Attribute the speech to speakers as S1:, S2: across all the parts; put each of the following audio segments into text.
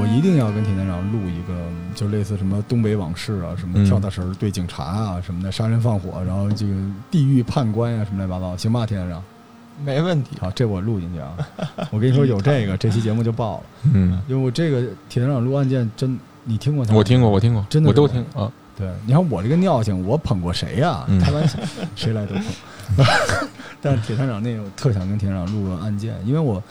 S1: 我一定要跟铁团长录一个，就类似什么东北往事啊，什么
S2: 嗯
S1: 跳大神儿对警察啊，什么的杀人放火，然后这个地狱判官啊，什么乱七八糟，行吧，铁团长，
S3: 没问题。
S1: 好，这我录进去 啊。我跟你说，有这个，这期节目就爆了，
S2: 嗯，
S1: 因为我这个铁团长录案件真，你听过他？
S2: 我听过，。我听过，
S1: 真的
S2: 我都
S1: 是
S2: 听啊。
S1: 对，你看我这个尿性，我捧过谁呀、
S2: 嗯
S1: 开玩笑，谁来都捧。 但是铁团长那个，我特想跟铁团长录个案件，因为我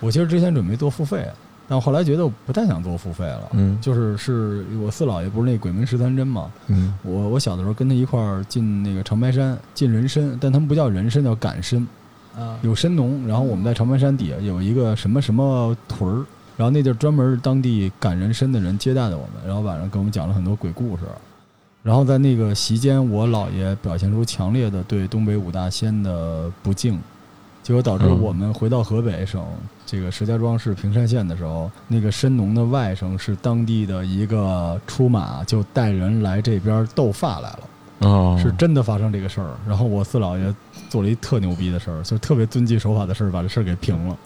S1: 我其实之前准备做付费，啊但后来觉得我不太想做付费了。
S2: 嗯
S1: 就是是我四姥爷不是那鬼门十三针嘛，
S2: 嗯
S1: 我我小的时候跟他一块儿进那个长白山进人参，但他们不叫人参，叫赶参，
S3: 啊，
S1: 有参农。然后我们在长白山底下有一个什么什么屯儿，然后那地儿专门当地赶人参的人接待的我们，然后晚上给我们讲了很多鬼故事。然后在那个席间，我姥爷表现出强烈的对东北五大仙的不敬，结果导致
S2: 嗯
S1: 我们回到河北省这个石家庄市平山县的时候，那个参农的外甥是当地的一个出马，就带人来这边斗发来了。
S2: 哦，
S1: 是真的发生这个事儿。然后我四姥爷做了一特牛逼的事儿，就特别遵纪守法的事儿，把这事儿给平了。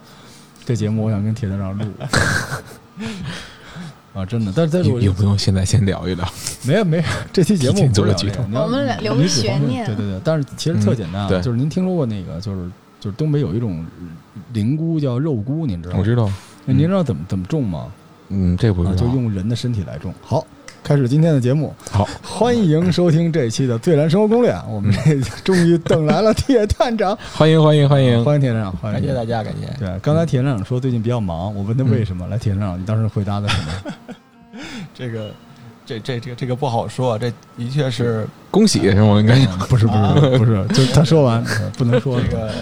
S1: 这节目我想跟铁蛋上 录啊，真的。但是但是
S2: 有
S1: 我
S2: 有不用现在先聊一聊？
S1: 没有没有，这期节目
S2: 提前做
S1: 不
S2: 了
S1: 是
S2: 剧透
S1: 聊这个你要
S4: 我们俩留
S1: 女
S4: 个
S1: 子
S4: 悬
S1: 黄昏
S4: 念
S1: 对对对，但是其实特简单啊，
S2: 嗯对
S1: 就是您听说过那个，就是就是东北有一种灵菇叫肉菇，您知道
S2: 我
S1: 吗？
S2: 知道，
S1: 那您知道怎么怎么种吗？
S2: 嗯，这不
S1: 啊，
S2: 知
S1: 就
S2: 道。
S1: 用人的身体来种。好，开始今天的节目。
S2: 好，
S1: 欢迎收听这一期的《最燃生活攻略》。我们这 终于等来了铁探长，
S2: 欢迎欢迎欢迎，
S1: 嗯 欢迎铁探长，欢迎
S3: 感
S1: 铁
S3: 谢
S1: 探
S3: 大家，感谢。
S1: 长。对，刚才铁探长说最近比较忙，我问他为什么。来，铁探长，你当时回答的什 么？
S3: 这个，这这这个这个不好说，啊这的确是
S2: 恭喜是吗？应该
S1: 不是不 是不是，就是他说完呃不能说
S3: 这个，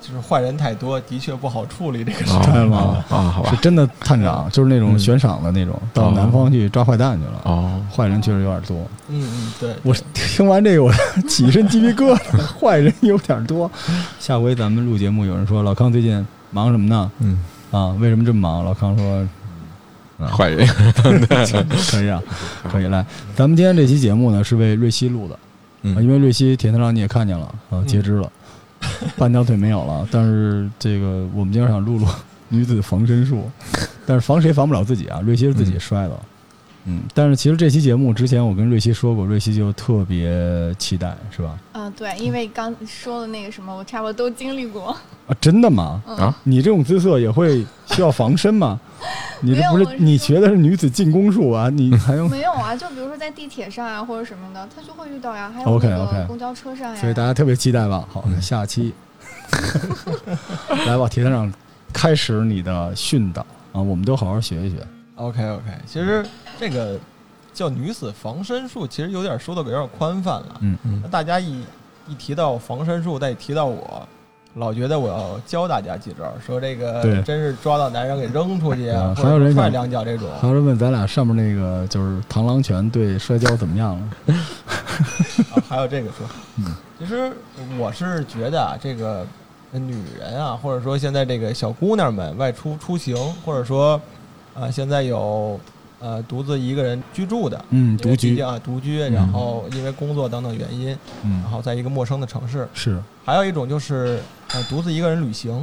S3: 就是坏人太多，的确不好处理这个事
S2: 啊
S3: 儿。
S1: 真的吗
S2: 啊，好
S1: 是
S2: 吧。
S1: 真的探长，就是那种
S2: 嗯
S1: 悬赏的那种，到
S2: 哦
S1: 南方去抓坏蛋去了。
S2: 哦，
S1: 坏人确实有点多，
S3: 嗯嗯，对，
S1: 我听完这个，我起一身鸡皮疙瘩。坏人有点多，下回咱们录节目，有人说老康最近忙什么呢？
S2: 嗯，
S1: 啊，为什么这么忙？老康 说
S3: 啊
S2: 坏人，
S1: 可以啊，可以来。咱们今天这期节目呢，是为瑞希录的，啊，因
S2: 嗯
S1: 为瑞希田特长你也看见了啊，截肢了，半条腿没有了。但是这个我们今天想录录女子防身 术，但是防谁防不了自己啊？瑞希是自己摔的。嗯，但是其实这期节目之前我跟瑞希说过，瑞希就特别期待，是吧？
S4: 嗯，对，因为刚说的那个什么，我差不多都经历过。
S1: 啊，真的吗？
S4: 嗯
S2: 啊，
S1: 你这种姿色也会需要防身 吗？你这不
S4: 没有我
S1: 是
S4: 是
S1: 你学的是女子进攻术啊？你还用？
S4: 没有啊，就比如说在地铁上啊，或者什么的，他就会遇到呀，还有
S1: OK，
S4: 那
S1: OK
S4: 个公交车上呀。
S1: 所以大家特别期待吧？好，
S2: 嗯
S1: 下期 来吧，铁探长，开始你的训导啊，我们都好好学一学。
S3: OK OK，其实这个叫女子防身术，其实有点说的有点宽泛了。
S1: 嗯
S2: 嗯
S3: 那大家一一提到防身术，再一提到我，老觉得我要教大家几招，说这
S1: 对
S3: 个真是抓到男人给扔出去
S1: 啊
S3: 啊，或
S1: 还有人
S3: 者
S1: 想
S3: 踹两脚这种。
S1: 还有人问咱俩上面那个就是螳螂拳对摔跤怎么样了？
S3: 啊，还有这个说
S1: 嗯，
S3: 其实我是觉得啊，这个女人啊，或者说现在这个小姑娘们外出出行，或者说啊，现在有呃独自一个人居住的，
S1: 嗯，
S3: 因
S1: 独
S3: 为毕
S1: 居
S3: 竟，啊独居，
S1: 嗯
S3: 然后因为工作等等原因，
S1: 嗯
S3: 然，后在一个陌生的城市，
S1: 是，
S3: 还有一种就是呃独自一个人旅行，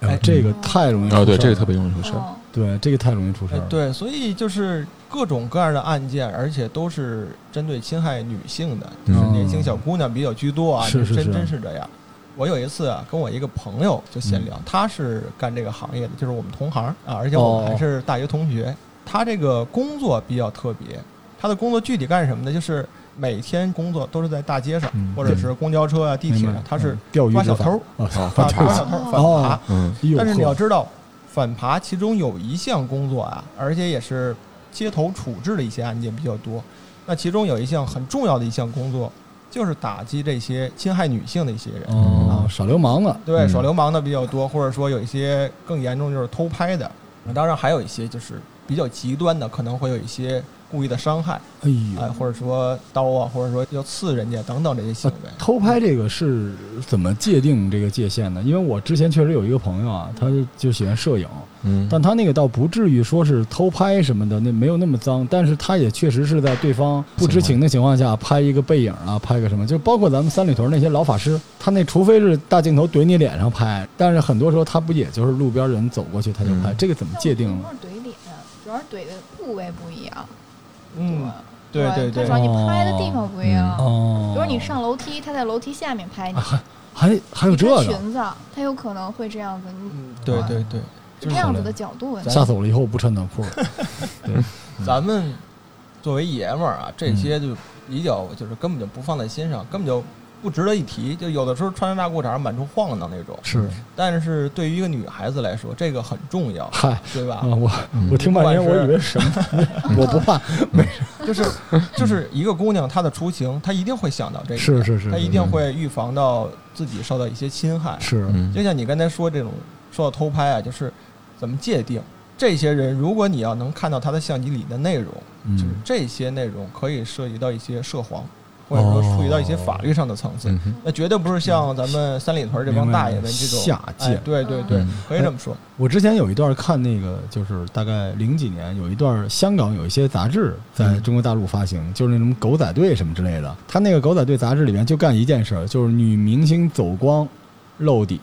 S1: 哎
S3: 哎，
S1: 这个太容易出
S2: 啊，
S1: 事
S2: 对，
S1: 儿
S2: 这个
S1: 了
S2: 特别容易出事儿。
S4: 嗯，
S1: 对，这个太容易出事
S3: 哎
S1: 儿了。
S3: 对，所以就是各种各样的案件，而且都是针对侵害女性的，
S2: 嗯
S3: 就是年轻小姑娘比较居多
S1: 哦
S3: 啊，
S1: 是是是
S3: 真真是这样。我有一次啊，跟我一个朋友就闲聊，他是干这个行业的，就是我们同行啊，而且我
S1: 嗯哦
S3: 们还是大学同学。他这个工作比较特别，他的工作具体干什么呢？就是每天工作都是在大街上，
S1: 嗯
S3: 或者是公交车啊、地铁
S1: 明白
S3: 上，他是
S1: 嗯钓鱼
S3: 抓小
S1: 执法
S3: 偷
S1: 啊，好
S3: 啊，
S1: 反
S3: 抓
S1: 扒
S3: 小偷
S4: 哦
S3: 反扒。
S1: 哦
S2: 嗯
S1: 哎呦
S3: 但是你要
S1: 呵
S3: 知道，反扒其中有一项工作啊，而且也是街头处置的一些案件比较多。那其中有一项很重要的一项工作，就是打击这些侵害女性的一些人。
S1: 哦，耍流氓了，
S3: 对，
S2: 嗯
S3: 耍流氓的比较多，或者说有一些更严重就是偷拍的。那当然还有一些就是比较极端的，可能会有一些故意的伤害，
S1: 哎
S3: 哎，
S1: 呦，
S3: 或者说刀啊，或者说要刺人家等等这些行为。
S1: 偷拍这个是怎么界定这个界限呢？因为我之前确实有一个朋友啊，他就就喜欢摄影，
S2: 嗯，
S1: 但他那个倒不至于说是偷拍什么的，那没有那么脏，但是他也确实是在对方不知情的情况下拍一个背影啊，拍个什么，就包括咱们三里屯那些老法师，他那除非是大镜头怼你脸上拍，但是很多时候他不也就是路边人走过去他就拍，
S2: 嗯
S1: 这个怎么界定
S4: 那
S1: 呢？
S4: 我不是怼脸，主要是怼的部位不一样。
S3: 嗯，对
S4: 对他
S3: 对对
S4: 主要你拍的地方不一样。
S1: 哦，
S4: 比如你上楼梯，他在楼梯下面拍你，
S1: 啊还还有
S4: 你
S1: 这
S4: 穿
S1: 个，
S4: 裙子，他有可能会这样子，你
S3: 嗯，对对对，
S4: 是这样子的角度问题。
S1: 吓死我了！以后我不穿短裤了。
S3: 咱们作为爷们儿啊，这些就比较就是根本就不放在心上，根本就不值得一提。就有的时候穿着大裤衩满处晃荡那种，
S1: 是，
S3: 但是对于一个女孩子来说，这个很重要，
S1: 嗨
S3: 对吧
S1: 啊，？我我听半天，我以为是什么， 我不怕，
S3: 就是就是一个姑娘她的出行，她一定会想到这个，
S1: 是是是
S3: 她一定会预防到自己受到一些侵害。
S1: 是
S2: 嗯
S3: 就像你刚才说这种说到偷拍啊，就是怎么界定这些人？如果你要能看到他的相机里的内容，就是
S1: 嗯
S3: 这些内容可以涉及到一些涉黄，或者说
S1: 哦
S3: 涉及到一些法律上的层次。
S2: 嗯哼
S3: 那绝对不是像咱们三里屯这帮大爷们这种
S1: 明白了下
S3: 哎
S1: 贱
S3: 对对对
S2: 嗯，
S3: 可以这么说。
S1: 我之前有一段看那个，就是大概零几年有一段香港有一些杂志在中国大陆发行，就是那种狗仔队什么之类的。他那个狗仔队杂志里面就干一件事儿，就是女明星走光露底，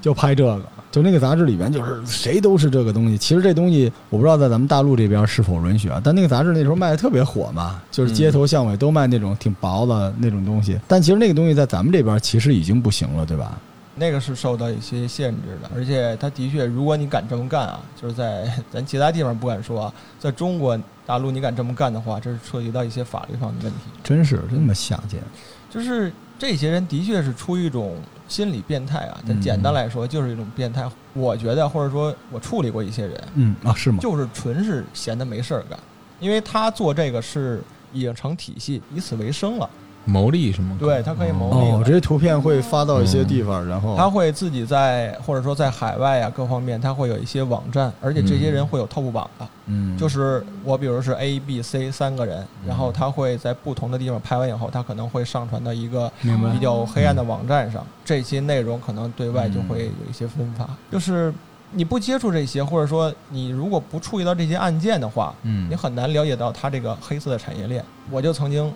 S1: 就拍这个。就那个杂志里面，就是谁都是这个东西。其实这东西我不知道在咱们大陆这边是否允许啊，但那个杂志那时候卖的特别火嘛，就是街头巷尾都卖那种挺薄的那种东西。但其实那个东西在咱们这边其实已经不行了，对吧？
S3: 那个是受到一些限制的，而且他的确，如果你敢这么干啊，就是在 咱其他地方不敢说啊，在中国大陆你敢这么干的话，这是涉及到一些法律上的问题。
S1: 真是真他妈下贱。
S3: 就是这些人的确是出于一种心理变态啊，但
S1: 嗯
S3: 简单来说就是一种变态。我觉得，或者说我处理过一些人，
S1: 嗯啊，是吗？
S3: 就是纯是闲的没事儿干，因为他做这个是已经成体系，以此为生了。
S2: 牟利是吗？
S3: 对他可以牟利
S1: 哦，这嗯些图片会发到一些地方，然后
S3: 他会自己在或者说在海外啊各方面，他会有一些网站，而且这些人会有 top 榜的，
S1: 嗯，
S3: 就是我比如是 A、B、C 三个人，然后他会在不同的地方拍完以后，他可能会上传到一个
S1: 明白
S3: 比较黑暗的网站上，这些内容可能对外就会
S1: 嗯
S3: 有一些分发。就是你不接触这些，或者说你如果不触及到这些案件的话，
S2: 嗯
S3: 你很难了解到它这个黑色的产业链。我就曾经，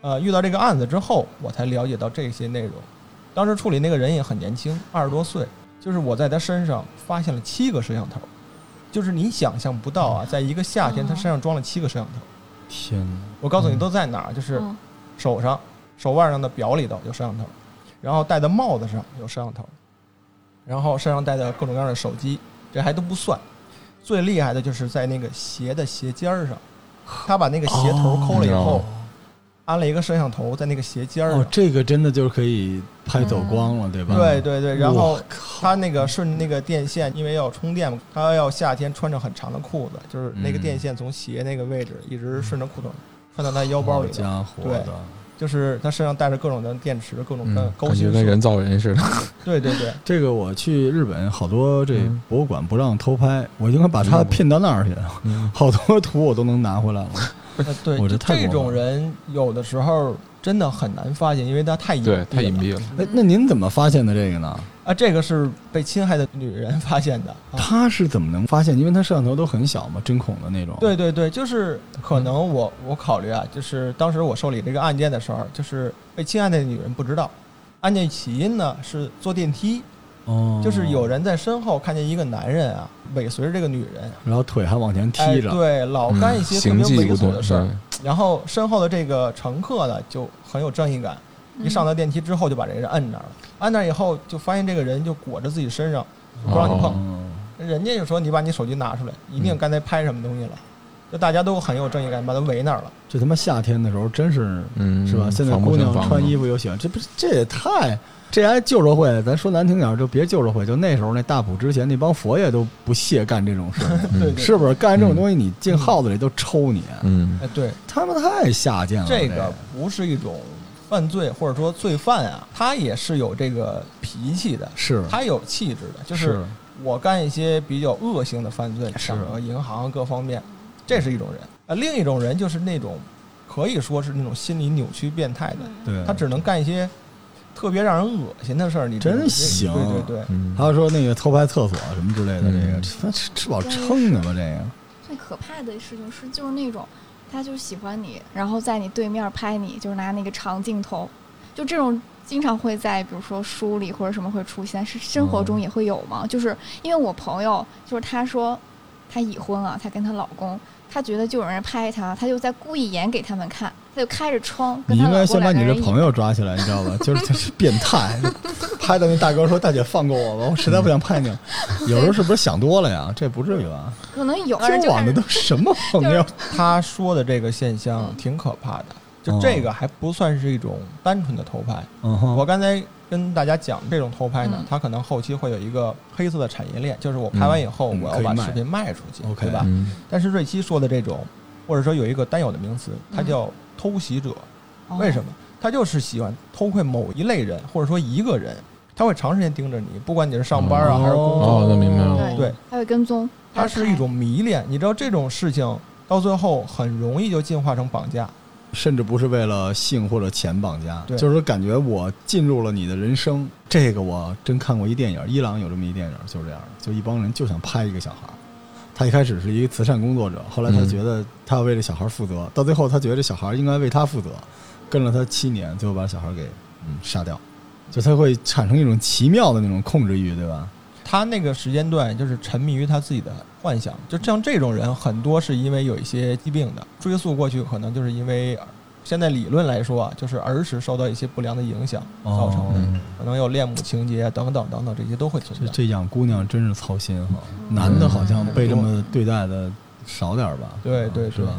S3: 呃，遇到这个案子之后，我才了解到这些内容。当时处理那个人也很年轻，二十多岁，就是我在他身上发现了七个摄像头，就是你想象不到啊，在一个夏天，他身上装了七个摄像头。
S1: 天哪，
S3: 我告诉你都在哪儿，就是
S4: 嗯
S3: 手上、手腕上的表里头有摄像头，然后戴的帽子上有摄像头，然后身上戴的各种各样的手机，这还都不算。最厉害的就是在那个鞋的鞋尖儿上，他把那个鞋头抠了以后，
S2: 哦
S3: 安了一个摄像头在那个鞋尖儿上。
S1: 哦，这个真的就是可以拍走光了，对吧？
S3: 对对对，然后
S1: 我靠
S3: 他那个顺着那个电线，因为要充电嘛，他要夏天穿着很长的裤子，就是那个
S2: 嗯
S3: 电线从鞋那个位置一直顺着裤腿穿到他腰包
S1: 好
S3: 里头。
S1: 家伙的，
S3: 就是他身上带着各种的电池，各种的
S2: 嗯，
S3: 高
S2: 感觉
S3: 新
S2: 跟
S3: 设
S2: 人造人似的。
S3: 对对对，
S1: 这个我去日本好多这
S2: 嗯
S1: 博物馆不让偷拍，我应该把他骗到那儿去，
S2: 嗯
S1: 好多图我都能拿回来了。
S3: 呃对，
S1: 我
S3: 就
S1: 这太
S3: 这
S1: 过
S3: 种
S1: 分
S3: 人有的时候真的很难发现，因为他太隐蔽
S2: 对，
S3: 了
S2: 太隐蔽
S3: 嗯
S2: 了。
S1: 哎，那您怎么发现的这个呢？
S3: 啊！这个是被侵害的女人发现的。啊、
S1: 他是怎么能发现？因为他摄像头都很小嘛，针孔的那种。，
S3: 对对对，就是可能我我考虑啊，就是当时我受理这个案件的时候，就是被侵害的女人不知道，案件起因呢是坐电梯，
S1: 哦，
S3: 就是有，人在身后看见一个男人啊尾随着这个女人，
S1: 然后腿还往前
S3: 哎，
S1: 踢着，哦
S3: 对，老
S2: 嗯
S3: 干一些特
S2: 行
S3: 别
S2: 迹
S3: 猥
S2: 不
S3: 琐
S2: 断
S3: 的事儿，然后身后的这个乘客呢就很有正义感，一
S1: 嗯
S3: 上到电梯之后就把这个人摁那儿了，摁那儿以后就发现这个人就裹着自己身上，不让你碰。
S1: 哦，嗯
S3: 人家就说你把你手机拿出来，一定刚才拍什么东西了。就大家都很有正义感，把他围那儿了。
S1: 这他妈夏天的时候真是
S2: 嗯，
S1: 是吧？现在
S2: 防不
S1: 姑娘
S2: 胜防
S1: 穿
S2: 嘛
S1: 衣服又喜欢，这不是这也太这还旧社会，咱说难听点儿，就别旧社会，就那时候那大普之前那帮佛爷都不屑干这种事 儿，
S2: 嗯
S3: 对对，
S1: 是不是？干这种东西，你进号子里都抽你，
S2: 嗯
S3: 哎，对，
S1: 他们太下贱了。
S3: 这
S1: 这
S3: 个不是一种犯罪，或者说罪犯啊，他也是有这个脾气的，
S1: 是
S3: 他有气质的。就是我干一些比较恶性的犯罪，
S1: 是
S3: 抢个银行各方面，这是一种人。啊，另一种人就是那种可以说是那种心理扭曲变态的，
S4: 嗯
S1: 对
S3: 他只能干一些特别让人恶心的事儿。你知道吗
S1: 真行
S3: 对对对，
S2: 嗯，
S1: 还有说那个偷拍厕所什么之类的，这个
S2: 嗯
S1: 这吃吃饱撑的吧？这个
S4: 最可怕的事情是，就是那种他就喜欢你，然后在你对面拍你，就是拿那个长镜头，就这种经常会在比如说书
S1: 哦
S4: 里或者什么会出现，是生活中也会有吗？就是因为我朋友，就是他说她已婚了，她跟她老公，她觉得就有人拍她，她就在故意演给他们看，她就开着窗跟
S1: 你
S4: 她
S1: 应
S4: 老
S1: 该
S4: 公
S1: 先把
S4: 两
S1: 你
S4: 个
S1: 这
S4: 人
S1: 朋友抓起来，你知道吧？就是他是变态， 拍的那大哥说：“大姐放过我吧，我实在不想拍你。”了。”有时候是不是想多了呀？这不至于吧？
S4: 演可能有的人
S1: 交
S4: 就
S1: 往的
S4: 是
S1: 都什么朋友？
S3: 他说的这个现
S1: 嗯
S3: 象挺可怕的，就
S1: 哦
S3: 这个还不算是一种单纯的偷拍。
S1: 嗯哼
S3: 我刚才跟大家讲，这种偷拍呢
S4: 嗯，
S3: 它可能后期会有一个黑色的产业链，就是我拍完以后，
S1: 嗯嗯
S3: 我
S1: 可
S3: 要
S1: 以
S3: 把
S1: 卖
S3: 视频卖出去，
S1: OK
S3: 对吧？
S2: 嗯
S3: 但是瑞希说的这种，或者说有一个单有的名词，它叫偷袭者。为什
S4: 么？
S3: 么？他就是喜欢偷窥某一类人，或者说一个人，他会长时间盯着你，不管你是上班
S1: 嗯
S3: 啊、还是工作，
S2: 哦那明白了
S3: 对，
S4: 她会跟踪，
S3: 它是一种迷恋。你知道这种事情到最后很容易就进化成绑架。
S1: 甚至不是为了性或者钱绑架，
S3: 对
S1: 就是说感觉我进入了你的人生。这个我真看过一电影，伊朗有这么一电影，就是这样的，就一帮人就想拍一个小孩儿。他一开始是一个慈善工作者，后来他
S2: 嗯
S1: 觉得他要为这小孩儿负责，到最后他觉得这小孩儿应该为他负责，跟了他七年，最后把小孩儿给嗯杀掉，就他会产生一种奇妙的那种控制欲，对吧？
S3: 他那个时间段就是沉迷于他自己的幻想，就像这种人很多是因为有一些疾病的，追溯过去可能就是因为现在理论来说啊，就是儿时受到一些不良的影响造成的，
S2: 嗯
S3: 可能有恋母情节等等等等，这些都会存
S1: 这
S3: 在。
S1: 这养姑娘真是操心哈，
S4: 嗯
S1: 男的好像被这么对待的少点儿吧？
S3: 对对
S1: 是吧？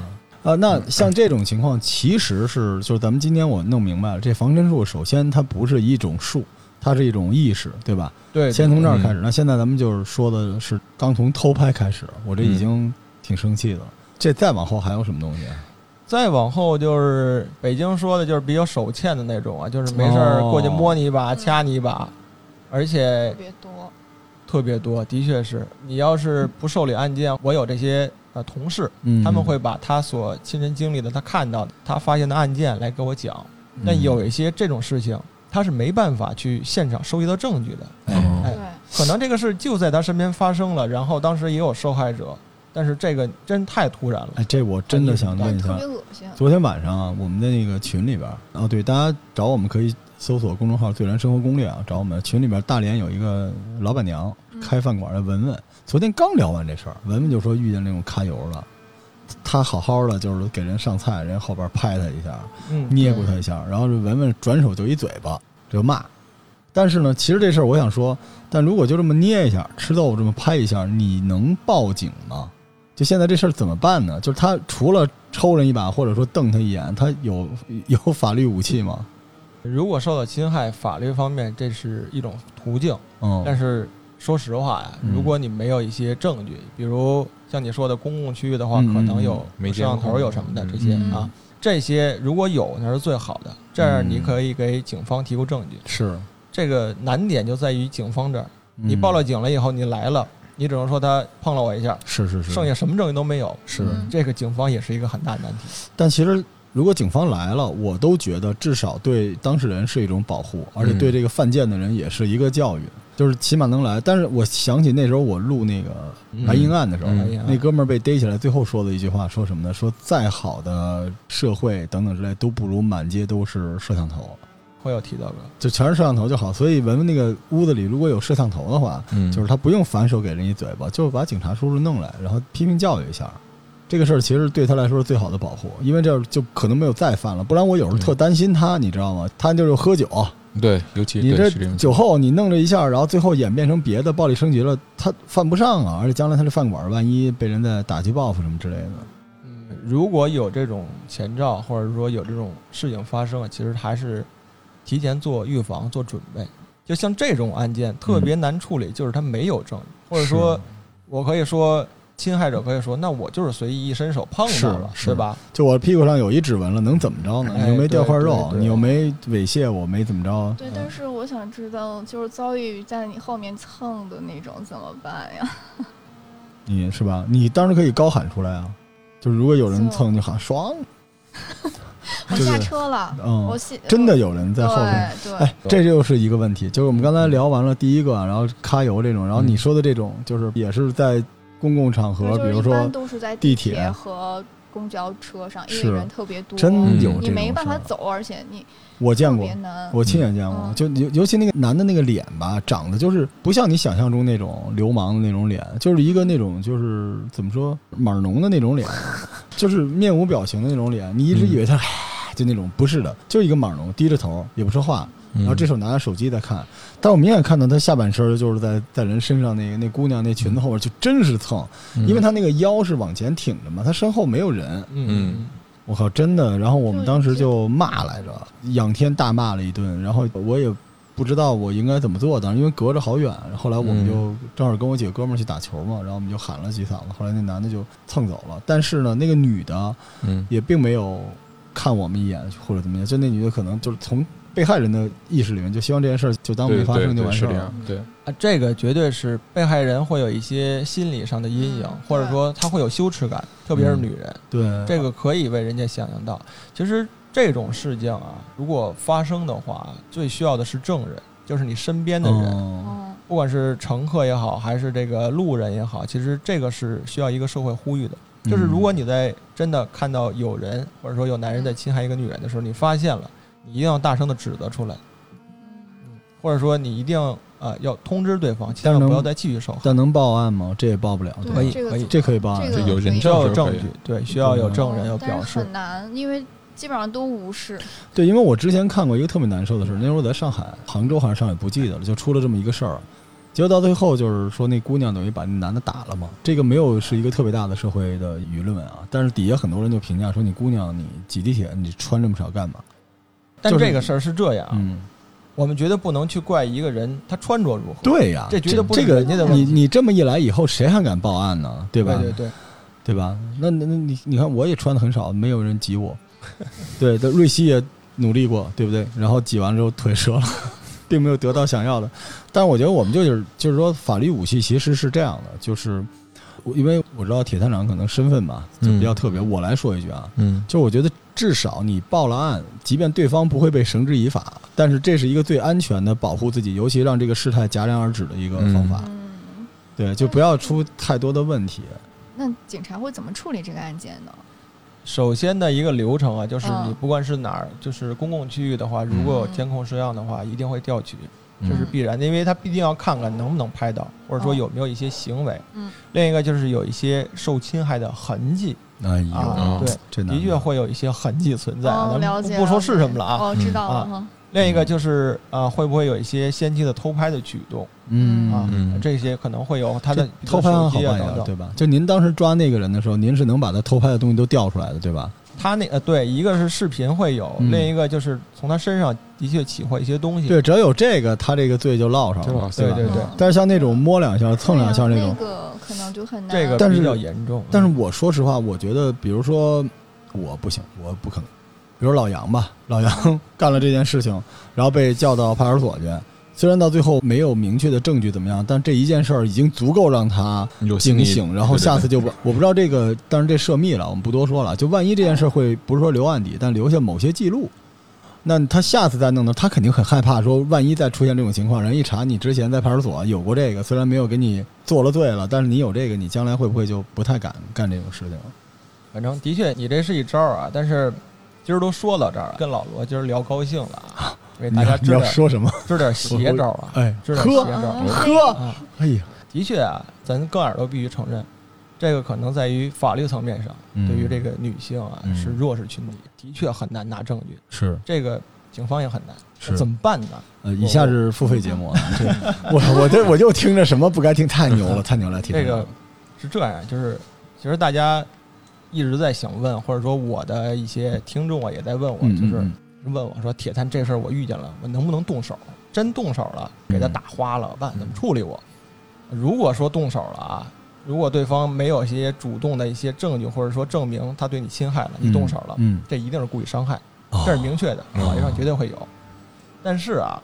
S1: 啊，那像这种情况，其实是就是咱们今天我弄明白了，这防身术首先它不是一种术，它是一种意识，对吧？
S3: 对，嗯
S1: 先从这儿开始。那现在咱们就是说的是刚从偷拍开始，我这已
S3: 嗯
S1: 经挺生气的了。这再往后还有什么东西啊？
S3: 再往后就是北京说的，就是比较手欠的那种啊，就是没事儿
S1: 哦
S3: 过去摸你一把、掐你一把，而且
S4: 特别多，
S3: 特别多，的确是你要是不受理案件，我有这些呃同事，
S1: 嗯，
S3: 他们会把他所亲身经历的、他看到的、他发现的案件来给我讲。
S1: 嗯
S3: 但有一些这种事情，他是没办法去现场收集到证据的，
S4: 对
S3: 哎，可能这个事就在他身边发生了，然后当时也有受害者，但是这个真太突然了。
S1: 哎，这我真的想问一
S4: 特
S3: 哎
S1: 下
S4: 别，恶心，
S1: 昨天晚上啊，我们的那个群里边儿啊，对，大家找我们可以搜索公众号“最燃生活攻略”啊，找我们群里边儿大连有一个老板娘
S4: 嗯
S1: 开饭馆的文文，昨天刚聊完这事儿，文文就说遇见那种揩油了，她好好的就是给人上菜，人家后边拍她一下，
S3: 嗯，
S1: 捏过她一下，然后这文文转手就一嘴巴就骂。但是呢，其实这事儿我想说，但如果就这么捏一下，吃豆腐这么拍一下，你能报警吗？就现在这事儿怎么办呢？就是他除了抽人一把，或者说瞪他一眼，他有有法律武器吗？
S3: 如果受到侵害，法律方面这是一种途径。
S1: 嗯，
S3: 但是说实话呀，
S1: 嗯
S3: 如果你没有一些证据，比如像你说的公共区域的话，
S1: 嗯
S3: 可能有
S2: 没
S3: 摄像
S2: 监
S3: 头
S2: 控
S3: 有什么的
S2: 嗯
S3: 这些
S4: 嗯
S3: 啊，这些如果有那是最好的，这样你可以给警方提供证据。
S1: 是
S3: 这个难点就在于警方这儿，你报了，警了以后，你来了，你只能说他碰了我一下，
S1: 嗯是是是，
S3: 剩下什么证据都没有。
S1: 是。
S4: 嗯
S3: 这个警方也是一个很大的难题。
S1: 但其实如果警方来了，我都觉得至少对当事人是一种保护，而且对这个犯贱的人也是一个教育，就是起码能来。但是我想起那时候我录那个《白银案》的时候，
S2: 嗯
S3: 哎呀
S1: 那哥们儿被逮起来，最后说的一句话说什么呢？说再好的社会等等之类，都不如满街都是摄像头，
S3: 会有提到过，
S1: 就全是摄像头就好。所以文文那个屋子里如果有摄像头的话，
S2: 嗯，
S1: 就是他不用反手给人一嘴巴，就是把警察叔叔弄来，然后批评教育一下。这个事儿其实对他来说是最好的保护，因为这样就可能没有再犯了。不然我有时候特担心他，你知道吗？他就是喝酒，
S2: 对，尤其
S1: 你
S2: 对
S1: 这
S2: 是种
S1: 酒后你弄这一下，然后最后演变成别的暴力升级了，他犯不上啊。而且将来他这饭馆万一被人在打击报复什么之类的，
S3: 嗯，如果有这种前兆，或者说有这种事情发生，其实还是提前做预防、做准备。就像这种案件特别难处理，就是他没有证据，或者说，我可以说侵害者可以说，那我就是随意一伸手碰到了，
S1: 是是
S3: 对吧？
S1: 就我屁股上有一指纹了，能怎么着呢？
S3: 哎
S1: 你又没掉块肉
S3: 对对，对
S1: 你又没猥亵我，没怎么着。
S4: 对，但是我想知道，就是遭遇在你后面蹭的那种怎么办呀？
S1: 你是吧？你当时可以高喊出来啊，就是如果有人
S4: 就
S1: 蹭，就喊爽。
S4: 我
S1: 就是
S4: 下车了，
S1: 嗯
S4: 我下呃
S1: 真的有人在后面。
S4: 对对
S1: 哎，这就是一个问题，就是我们刚才聊完了第一个，然后揩油这种，然后你说的这种，就是也是在公共场合，
S4: 就是
S1: 比如
S4: 一般
S1: 说
S4: 都是在
S1: 地
S4: 铁
S1: 铁
S4: 和公交车上，因
S1: 是
S4: 为人特别多，
S1: 真有这种
S4: 你没办法
S1: 事儿
S4: 走，而且你
S1: 我见
S4: 特
S1: 过
S4: 别，难。
S1: 我亲眼见过，
S4: 嗯
S1: 就尤尤其那个男的那个脸吧，长得就是不像你想象中那种流氓的那种脸，就是一个那种就是怎么说码农的那 种脸，就是面无表情的那种脸，你一直以为他、
S4: 嗯
S1: 唉就那种，不是的，就一个码农低着头也不说话，
S2: 然
S1: 然后这
S2: 是
S1: 手拿着手机在看，但我明显看到他下半身就是在在人身上那个那姑娘那裙子后边就真是蹭，因为他那个腰是往前挺着嘛，他身后没有人，
S2: 嗯
S1: 我靠，真的！然后我们当时就骂来着，仰天大骂了一顿。然后我也不知道我应该怎么做，当时因为隔着好远。后来我们就正好跟我几个哥们儿去打球嘛，然后我们就喊了几嗓子。后来那男的就蹭走了，但是呢，那个女的
S2: 嗯
S1: 也并没有看我们一眼或者怎么样，就那女的可能就是从被害人的意识里面就希望这件事儿就当没
S2: 对
S1: 发
S2: 对
S1: 生就
S2: 对
S1: 完
S2: 是
S1: 事
S2: 这
S1: 儿了。
S2: 样，对，
S3: 啊，这个绝对是被害人会有一些心理上的阴影
S4: 嗯，
S3: 或者说他会有羞耻感，特别是
S2: 嗯
S3: 女人，
S1: 对，
S3: 这个可以为人家想象到。其实这种事件啊，如果发生的话，最需要的是证人，就是你身边的人，
S1: 哦
S4: 嗯，
S3: 不管是乘客也好，还是这个路人也好，其实这个是需要一个社会呼吁的。
S1: 嗯
S3: 就是如果你在真的看到有人或者说有男人在侵害一个女人的时候，你发现了，你一定要大声的指责出来，或者说你一定呃要通知对方，千
S1: 但是
S3: 万
S1: 能
S3: 不要再继续受害。
S1: 但能报案吗？这也报不了，
S4: 对
S1: 吧
S3: 可以
S4: 这个
S3: 可以
S1: 这可以报案
S4: 这
S1: 吗。
S4: 个
S2: 这有人
S4: 可以
S3: 需
S2: 证
S3: 要
S2: 是
S3: 有
S2: 吧
S3: 证
S2: 可以
S3: 据，对，需要有
S1: 嗯
S3: 证人有表
S4: 哦但是
S3: 示
S4: 很。难，因为基本上都无视。
S1: 对，因为我之前看过一个特别难受的事儿，那时候我在上海、杭州还是上海，不记得了，就出了这么一个事儿。结果到最后就是说，那姑娘等于把那男的打了嘛。这个没有是一个特别大的社会的舆论啊，但是底下很多人就评价说，你姑娘你挤地铁你穿这么少干嘛？
S3: 但
S1: 就是
S3: 这个事儿是这样啊，
S1: 嗯，
S3: 我们绝对不能去怪一个人他穿着如何，
S1: 对呀、
S3: 这绝对不是
S1: 这个
S3: 人家的问
S1: 你
S3: 题，
S1: 你这么一来以后，谁还敢报案呢？对
S3: 对
S1: 吧？
S3: 对对，
S1: 对吧？那那那你你看，我也穿的很少，没有人挤我。 对，但瑞希也努力过，对不对？然后挤完之后腿折了， 并没有得到想要的。但我觉得我们就是就是说，法律武器其实是这样的，就是我因为我知道铁探长可能身份嘛就
S3: 嗯
S1: 比较特别，我来说一句啊，
S2: 嗯
S1: 就我觉得至少你报了案，即便对方不会被绳之以法，但是这是一个最安全的保护自己，尤其让这个事态戛然而止的一个方法。
S4: 嗯，
S1: 对，就不要出太多的问题。
S4: 那警察会怎么处理这个案件呢？
S3: 首先的一个流程啊，就是
S4: 嗯
S3: 你不管是哪儿，就是公共区域的
S1: 嗯
S3: 话，如果有监控摄像的话，一定会调取，这是
S4: 嗯
S3: 必然的，因为他必定要啊看看能不能拍到，或者说
S4: 哦
S3: 有没有一些行为。
S4: 嗯，
S3: 另一个就是有一些受侵害的痕迹
S1: 哎呦，
S3: 啊，
S2: 哦
S3: 对，
S1: 这难
S3: 的确会有一些痕迹存在啊，
S4: 哦，
S3: 咱
S4: 了
S3: 们不
S4: 解了。
S3: 不说是什么了啊。
S4: 哦，知
S1: 嗯
S4: 道了哈。
S3: 另一个就是啊，会不会有一些先期的偷拍的举动
S1: 嗯
S3: 啊
S2: 嗯？
S3: 这些可能会有他的
S1: 这偷拍
S3: 手
S1: 案好
S3: 机啊
S1: 办
S3: 等
S1: 呀，
S3: 等。
S1: 对吧？就您当时抓那个人的时候，您是能把他偷拍的东西都调出来的，对吧？
S3: 他那呃，对，一个是视频会有，
S1: 嗯
S3: 另一个就是从他身上的确起获一些东西。
S1: 对，只要有这个，他这个罪就落上了，
S2: 对
S3: 对
S1: 吧？
S3: 对对，
S4: 嗯
S1: 但是像那种摸两下、蹭两下
S4: 对
S1: 那
S4: 呀
S1: 种，
S4: 那个可能就很难。
S3: 这个
S1: 但是
S3: 比较严重。嗯
S1: 但是我说实话，我觉得，比如说我不行，我不可能。比如老杨吧，老杨干了这件事情，然后被叫到派出所去。虽然到最后没有明确的证据怎么样，但这一件事儿已经足够让他
S2: 有
S1: 警
S2: 心理
S1: 醒，然后
S2: 对对
S1: 下次就不，我不知道这个，当然这涉密了，我们不多说了。就万一这件事会不是说留案底，但留下某些记录，那他下次再弄的，他肯定很害怕，说万一再出现这种情况，人一查你之前在派出所有过这个，虽然没有给你做了罪了，但是你有这个，你将来会不会就不太敢干这种事情了？
S3: 反正的确，你这是一招儿啊，但是今儿都说到这儿了，跟老罗今儿聊高兴了 啊，给 大家
S1: 你
S3: 支
S1: 要
S3: 点
S1: 说什么？
S3: 支点邪招儿啊，
S1: 哎，
S3: 支点邪
S1: 喝
S3: 招 儿
S1: 喝，
S3: 啊。
S1: 哎呀，
S3: 的确啊，咱更耳朵必须承认，这个可能在于法律层面上，
S1: 嗯
S3: 对于这个女性啊
S1: 嗯
S3: 是弱势群体，的确很难拿证据，
S1: 是
S3: 这个警方也很难，
S1: 是
S3: 怎么办呢？
S1: 呃，以下是付费节目 啊，这我我这我就听着什么不该听，太牛了，太牛了，听
S3: 这个是这样，啊就是其实大家一直在想问，或者说我的一些听众啊也在问我，
S1: 嗯
S3: 就
S1: 嗯
S3: 是
S1: 嗯
S3: 问我说：“铁探这事儿我遇见了，我能不能动手？真动手了，给他
S1: 嗯
S3: 打花了，办怎么处理我？如果说动手了啊，如果对方没有一些主动的一些证据，或者说证明他对你侵害了，你动手了，
S1: 嗯，
S3: 这一定是故意伤害，
S1: 嗯
S3: 这是明确的，
S2: 哦
S3: 法律上绝对会有。但是啊，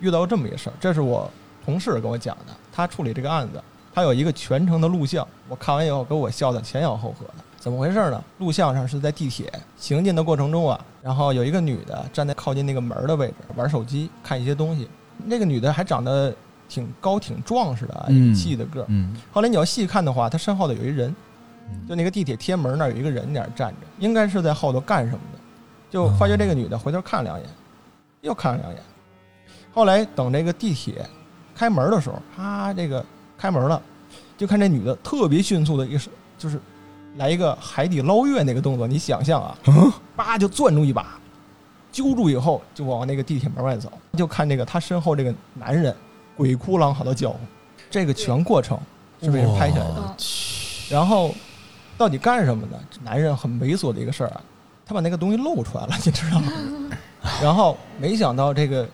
S3: 遇到过这么一事儿，这是我同事跟我讲的，他处理这个案子，他有一个全程的录像，我看完以后给我笑得前仰后合的。怎么回事呢？录像上是在地铁行进的过程中啊，然后有一个女的站在靠近那个门儿的位置玩手机，看一些东西。那个女的还长得挺高挺壮实的啊，
S1: 嗯
S3: 一细的个儿。
S1: 嗯
S3: 后来你要细看的话，她身后的有一人，就那个地铁贴门那儿有一个人在那儿站着，应该是在后头干什么的，就发觉这个女的回头看了两眼，又看了两眼，后来等这个地铁开门的时候，啪，这个开门了，就看这女的特别迅速的一个就是来一个海底捞月那个动作，你想象啊，叭就攥住一把，揪住以后就往那个地铁门外走，就看这个她身后这个男人鬼哭狼嚎的叫唤，这个全过程是被人拍下来的。
S1: 我
S4: 嗯
S1: 去
S3: 然后到底干什么呢？这男人很猥琐的一个事儿啊，他把那个东西露出来了，你知道吗？然后没想到这个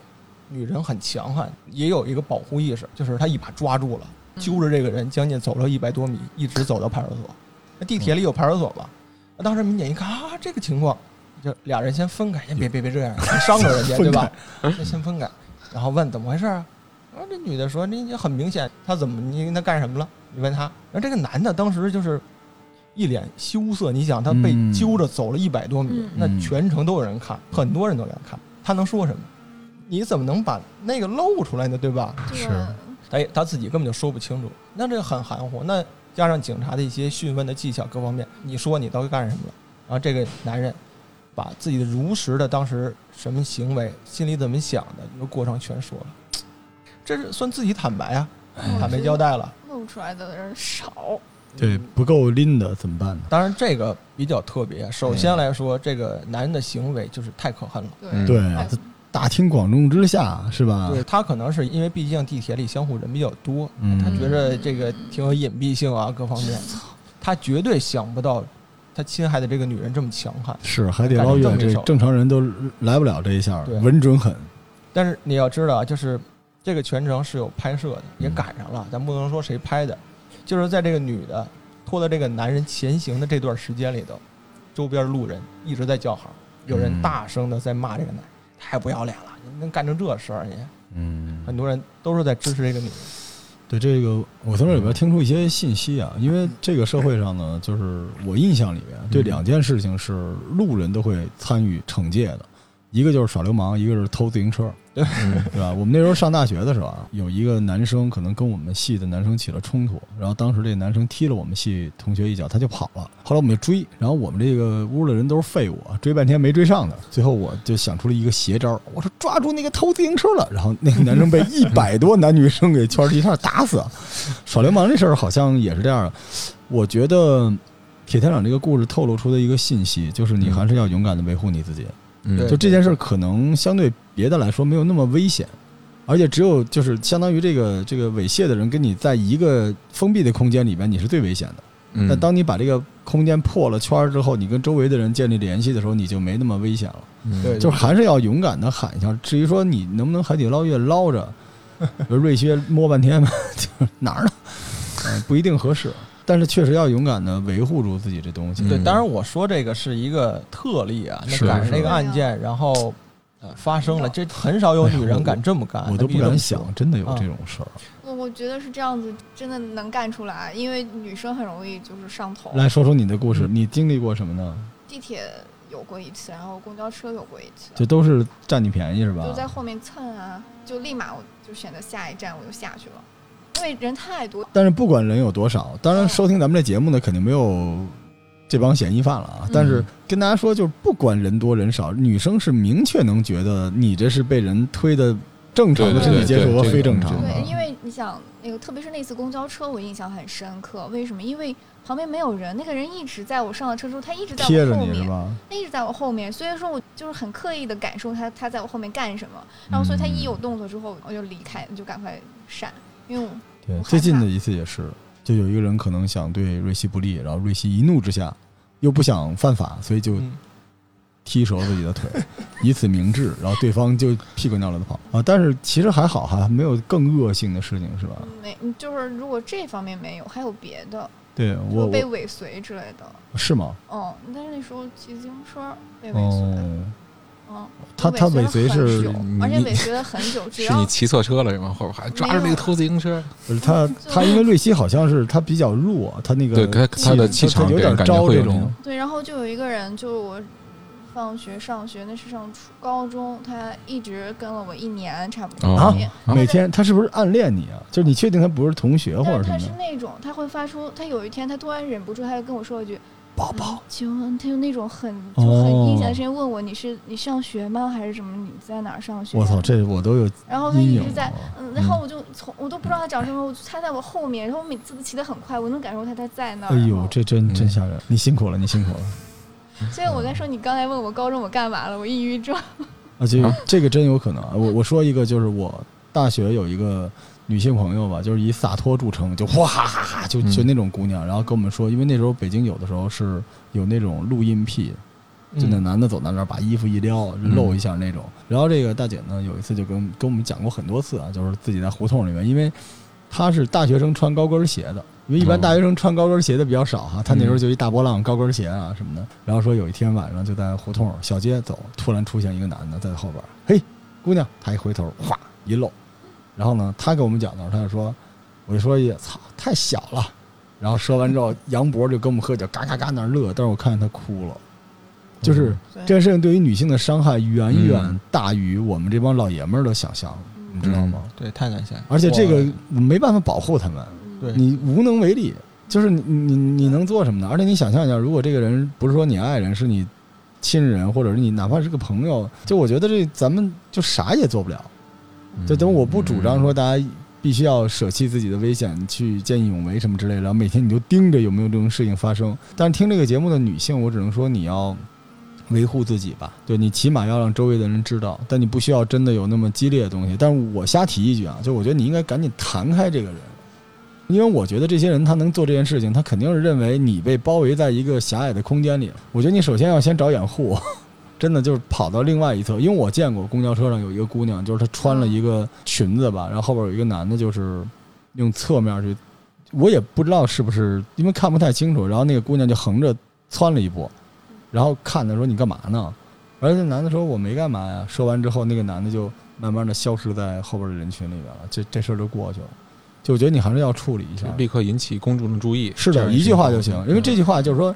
S3: 女人很强悍，也有一个保护意识，就是她一把抓住了，
S4: 嗯
S3: 揪着这个人将近走了一百多米，一直走到派出所。那地铁里有派出所吧？那当时民警一看啊，这个情况，就俩人先分开，先别别别这样，先伤着人家对吧？先先分开，然后问怎么回事啊？然后这女的说：“你你很明显，他怎么你跟他干什么了？”你问他，然后这个男的当时就是一脸羞涩。你想，他被
S1: 嗯
S3: 揪着走了一百多米，
S4: 嗯
S3: 那全程都有人看，很多人都在看，他能说什么？你怎么能把那个露出来呢？对吧？
S4: 这
S1: 是
S4: 个
S3: 他也他自己根本就说不清楚，那这很含糊。那加上警察的一些讯问的技巧各方面，你说你到底干什么了？然后这个男人把自己的如实的当时什么行为、心里怎么想的一个过程全说了，这是算自己坦白啊，
S4: 嗯
S3: 坦白交代了。
S4: 露出来的人少，
S1: 对不够拎的怎么办呢？
S3: 当然这个比较特别。啊首先来说，这个男人的行为就是太可恨了。
S2: 嗯
S4: 对哎
S1: 对啊，这大庭广众之下是吧？
S3: 对他可能是因为毕竟地铁里相互人比较多，
S1: 嗯，
S3: 他觉着这个挺有隐蔽性啊，各方面，他绝对想不到他侵害的这个女人这么强悍。
S1: 是海底捞月，
S3: 干这么一
S1: 这
S3: 手
S1: 正常人都来不了这一下儿
S3: 对，
S1: 稳准狠。
S3: 但是你要知道啊，就是这个全程是有拍摄的，也赶上了，咱不能说谁拍的，就是在这个女的拖着这个男人前行的这段时间里头，周边路人一直在叫好，有人
S2: 嗯
S3: 大声的在骂这个男人，太不要脸了，你能干成这事儿你？
S2: 嗯
S3: 很多人都是在支持这个女人。
S1: 对这个，我从这里边听出一些信息
S3: 嗯
S1: 啊，因为这个社会上呢，就是我印象里面对两件事情是路人都会参与惩戒的，一个就是耍流氓，一个是偷自行车，
S2: 嗯
S1: 对吧？我们那时候上大学的时候啊，有一个男生可能跟我们系的男生起了冲突，然后当时这男生踢了我们系同学一脚，他就跑了。后来我们就追，然后我们这个屋的人都是废物，啊，追半天没追上他。最后我就想出了一个邪招，我说抓住那个偷自行车了。然后那个 男生被一百多男女生给圈儿一下打死。耍流氓这事儿好像也是这样的，我觉得。铁探长这个故事透露出的一个信息，就是你还是要勇敢的维护你自己。
S2: 嗯
S1: 就这件事儿可能相对别的来说没有那么危险，而且只有就是相当于这个这个猥亵的人跟你在一个封闭的空间里边，你是最危险的。
S2: 嗯
S1: 但当你把这个空间破了圈儿之后，你跟周围的人建立联系的时候，你就没那么危险了。
S2: 嗯
S3: 对
S1: 就是还是要勇敢的喊一下。至于说你能不能海底捞月捞着，比如瑞靴摸半天吧， 就是哪儿呢？嗯，不一定合适，但是确实要勇敢的维护住自己这东西。
S2: 嗯
S3: 对，当然我说这个是一个特例啊，那
S1: 是
S3: 赶上
S1: 是
S3: 这个案件，然后呃发生了，这很少有女人敢这么干，
S1: 我都
S3: 必
S1: 不
S3: 须这么
S1: 敢
S3: 说
S1: 想，真的有这种事儿。
S4: 我我觉得是这样子，真的能干出来，因为女生很容易就是上头。
S1: 来说说你的故
S4: 嗯
S1: 事，你经历过什么呢？
S4: 地铁有过一次，然后公交车有过一次，
S1: 就都是占你便宜是吧
S4: 就？在后面蹭啊，就立马我就选择下一站我就下去了，因为人太多。
S1: 但是不管人有多少，当然收听咱们这节目的肯定没有这帮嫌疑犯了
S4: 嗯
S1: 啊。但是跟大家说，就是不管人多人少，女生是明确能觉得你这是被人推的正常的
S4: 对
S1: 身
S4: 对
S1: 体接触和
S2: 对对
S1: 非正常
S2: 对
S1: 的啊
S4: 对，。因为你想那个，特别是那次公交车，我印象很深刻。为什么？因为旁边没有人，那个人一直在我上了车之后，他一直在
S1: 贴着
S4: 我后
S1: 你是
S4: 面，
S1: 吧？
S4: 他一直在我后面。所以说我就是很刻意的感受他他在我后面干什么，
S1: 嗯
S4: 然后所以他一有动作之后，我就离开，就赶快闪，因为我
S1: 对
S4: 我，害
S1: 最近
S4: 怕
S1: 的一次也是，就有一个人可能想对瑞希不利，然后瑞希一怒之下又不想犯法，所以就
S3: 嗯
S1: 踢折了自己的腿， 以此明志，然后对方就屁滚尿流的跑啊！但是其实还好哈，没有更恶性的事情是吧？
S4: 没就是如果这方面没有，还有别的，
S1: 对
S4: 比
S1: 我
S4: 如被
S1: 我
S4: 尾随之类的。
S1: 是吗？
S4: 嗯，但是那时候骑自行车被尾随，
S1: 哦，
S4: 嗯，
S1: 他
S4: 我
S1: 他
S4: 尾
S1: 尾随
S4: 了很
S1: 是
S4: 久
S2: 你
S4: 而且尾随了很 久，只
S2: 是
S4: 要
S2: 你骑错车了是吗？后边还抓着那个偷自行车，
S1: 不是呃他
S4: 就
S1: 他因为瑞希好像是他比较弱，他那
S2: 对
S1: 个
S2: 他他的气
S1: 他
S2: 场
S1: 有
S2: 给
S1: 点
S2: 人感觉
S1: 招
S2: 会
S1: 这
S2: 有那
S1: 种
S2: 种，
S4: 对，然后就有一个人，就我放学、上学，那是上初高中，他一直跟了我一年差不多。
S2: 哦
S1: 啊
S2: 啊
S1: 每天他是不是暗恋你啊？就是你确定他不是同学或
S4: 但
S1: 者
S4: 是
S1: 什
S4: 他
S1: 么
S4: 是
S1: 的？
S4: 那种，他会发出，他有一天他突然忍不住，他就跟我说一句“宝宝”，请问他就那种很就很
S1: 哦
S4: 阴险的声音问我你是你上学吗还是什么？你在哪儿上学？啊
S1: 我操，！这我都有
S4: 然后他
S1: 阴
S4: 一
S1: 影啊
S4: 直在
S1: 了。，
S4: 嗯，然后我就从我都不知道他长什么，我就他在我后面，然后我每次都骑得很快，我能感受他他在那儿。
S1: 哎
S4: 然
S1: 呦
S4: 后，
S1: 这真真
S2: 嗯
S1: 吓人！你辛苦了，你辛苦了。
S4: 所以我跟说你刚才问我高中我干嘛了，我抑郁症。
S1: 啊，这
S2: 啊
S1: 个这个真有可能啊。我我说一个，就是我大学有一个女性朋友吧，就是以洒脱著称，就哇哈哈哈，就就
S2: 嗯
S1: 那种姑娘。然后跟我们说，因为那时候北京有的时候是有那种录音癖，就那
S3: 嗯
S1: 男的走到那儿把衣服一撩
S2: 嗯
S1: 露一下那种。然后这个大姐呢，有一次就跟我们跟我们讲过很多次啊，就是自己在胡同里面，因为她是大学生穿高跟鞋的，因为一般
S2: 哦
S1: 大学生穿高跟鞋的比较少哈、她那时候
S2: 嗯
S1: 就一大波浪高跟鞋啊什么的。然后说有一天晚上就在胡同小街走，突然出现一个男的在后边儿，嘿，姑娘，她一回头，哗一露，然后呢，她跟我们讲的时候，她就说，我就说也哎操，太小了。然后说完之后，杨博就跟我们喝酒，嘎嘎嘎那儿乐，但是我看见她哭了，就是。这件事情对于女性的伤害远远
S2: 嗯
S1: 大于我们这帮老爷们儿的想象，你知道吗？
S3: 对，太难想象。哎
S1: 而且这个
S3: 我
S1: 没办法保护他们，
S3: 对
S1: 你无能为力。就是你你你能做什么呢？而且你想象一下，如果这个人不是说你爱人，是你亲人，或者是你哪怕是个朋友，就我觉得这咱们就啥也做不了。
S2: 嗯
S1: 就等我不主张说大家必须要舍弃自己的危险去见义勇为什么之类的，然后每天你就盯着有没有这种事情发生。但是听这个节目的女性，我只能说你要维护自己吧，对你起码要让周围的人知道，但你不需要真的有那么激烈的东西。但是我瞎提一句啊，就我觉得你应该赶紧弹开这个人。因为我觉得这些人他能做这件事情，他肯定是认为你被包围在一个狭隘的空间里。我觉得你首先要先找掩护， 真的就是跑到另外一侧，因为我见过公交车上有一个姑娘，就是她穿了一个裙子吧，然后后边有一个男的，就是用侧面去，我也不知道是不是因为看不太清楚，然后那个姑娘就横着窜了一步，然后看他说你干嘛呢？而那男的说我没干嘛呀。说完之后，那个男的就慢慢的消失在后边的人群里边了，这这事儿就过去了。就我觉得你还是要处理一下
S2: 就，立刻引起公众的注意，
S1: 是
S2: 这
S1: 的，
S2: 样
S1: 一句话就行。因为这
S2: 嗯
S1: 句话就是说，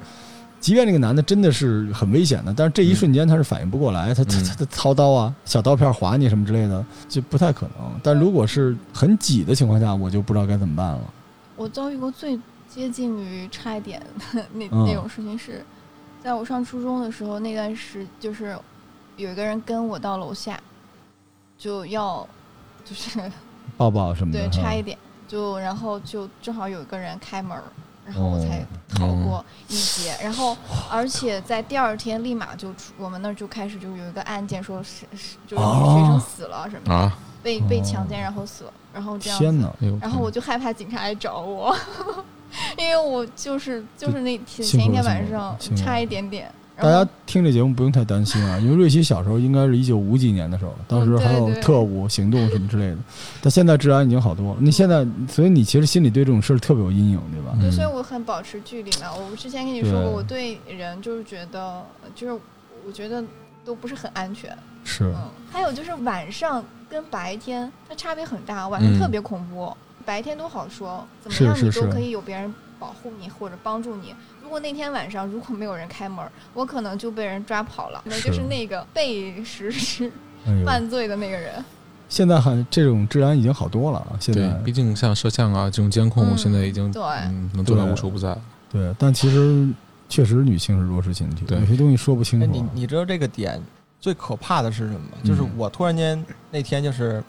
S1: 即便这个男的真的是很危险的，但是这一瞬间他是反应不过来，他他
S2: 嗯
S1: 他他操刀啊、小刀片划你什么之类的，就不太可能。但如果是很挤的情况下，我就不知道该怎么办了。
S4: 我遭遇过最接近于差一点的那、
S1: 嗯
S4: 那种事情是，在我上初中的时候，那段时就是有一个人跟我到楼下，就要就是
S1: 嗯抱抱什么的，
S4: 对
S1: 是吧
S4: 差一点，就然后就正好有一个人开门儿，然后
S1: 哦
S4: 我才逃
S1: 嗯
S4: 过一劫。然后而且在第二天立马就出我们那儿就开始就有一个案件说是是就是
S1: 哦
S4: 学生死了什么的，
S2: 啊，
S4: 被被强奸然后死了，然后这样
S1: 天
S4: 子
S1: 哪！
S2: 哎呦
S4: 然后我就害怕警察来找我， 因为我就是就是那前
S1: 幸
S4: 前一
S1: 亏
S4: 天
S1: 是
S4: 晚
S1: 我
S4: 上
S1: 幸亏
S4: 差一点点，然
S1: 大
S4: 后
S1: 家听这节目不用太担心啊，因为瑞希小时候应该是一九五几年的时候，当时
S4: 嗯对
S1: 还有
S4: 对
S1: 特务行动什么之类的。但现在治安已经好多了。你现在，所以你其实心里对这种事儿特别有阴影，对吧？
S4: 对，
S2: 嗯
S4: 所以我很保持距离嘛。我之前跟你说过，
S1: 对
S4: 我对人就是觉得就是我觉得都不是很安全，
S1: 是，
S4: 嗯。还有就是晚上跟白天它差别很大，晚上特
S2: 嗯
S4: 别恐怖，白天都好说，怎么
S1: 是
S4: 样
S1: 是
S4: 你
S1: 是
S4: 都可以有别人。保护你或者帮助你。如果那天晚上如果没有人开门，我可能就被人抓跑了。那就是是那个被实施
S1: 哎呦，
S4: 犯罪的那个人，
S1: 现在还这种治安已经好多了啊！现在
S2: 对，毕竟像摄像啊这种监控，
S4: 嗯
S2: 现在已经
S4: 对
S2: 嗯能做到
S1: 对
S2: 无处不在。
S1: 对，但其实确实女性是弱势群体，
S2: 对
S1: 有些东西说不清
S3: 哎，
S1: 楚
S3: 你
S1: 啊。
S3: 你知道这个点最可怕的是什么吗？就是
S2: 嗯
S3: 我突然间那天就是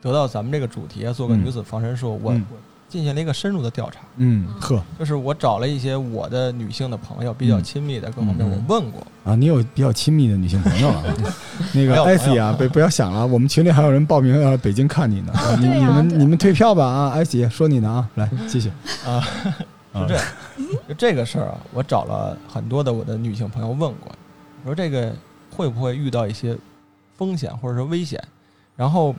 S3: 得到咱们这个主题啊，做个
S1: 嗯
S3: 女子防身术，我
S1: 嗯
S3: 我进行了一个深入的调查，
S1: 嗯，呵
S3: 就是我找了一些我的女性的朋友，比较
S1: 嗯
S3: 亲密的各方面，
S2: 嗯嗯
S3: 我问过，
S1: 啊，你有比较亲密的女性朋友 啊？那
S3: 没
S1: 个
S3: 有
S1: 艾
S3: 没
S1: 希
S3: 有
S1: 啊，别不要想了，我们群里还有人报名要来北京看 你呢。
S4: 啊
S1: 你
S4: 对
S1: 你
S4: 啊对
S1: 们
S4: 啊
S1: 你们退票吧啊！艾希说你呢啊，来继续
S3: 啊，
S1: 啊
S3: 是这样，就这个事儿啊，我找了很多的我的女性朋友问过，我说这个会不会遇到一些风险或者说危险？然后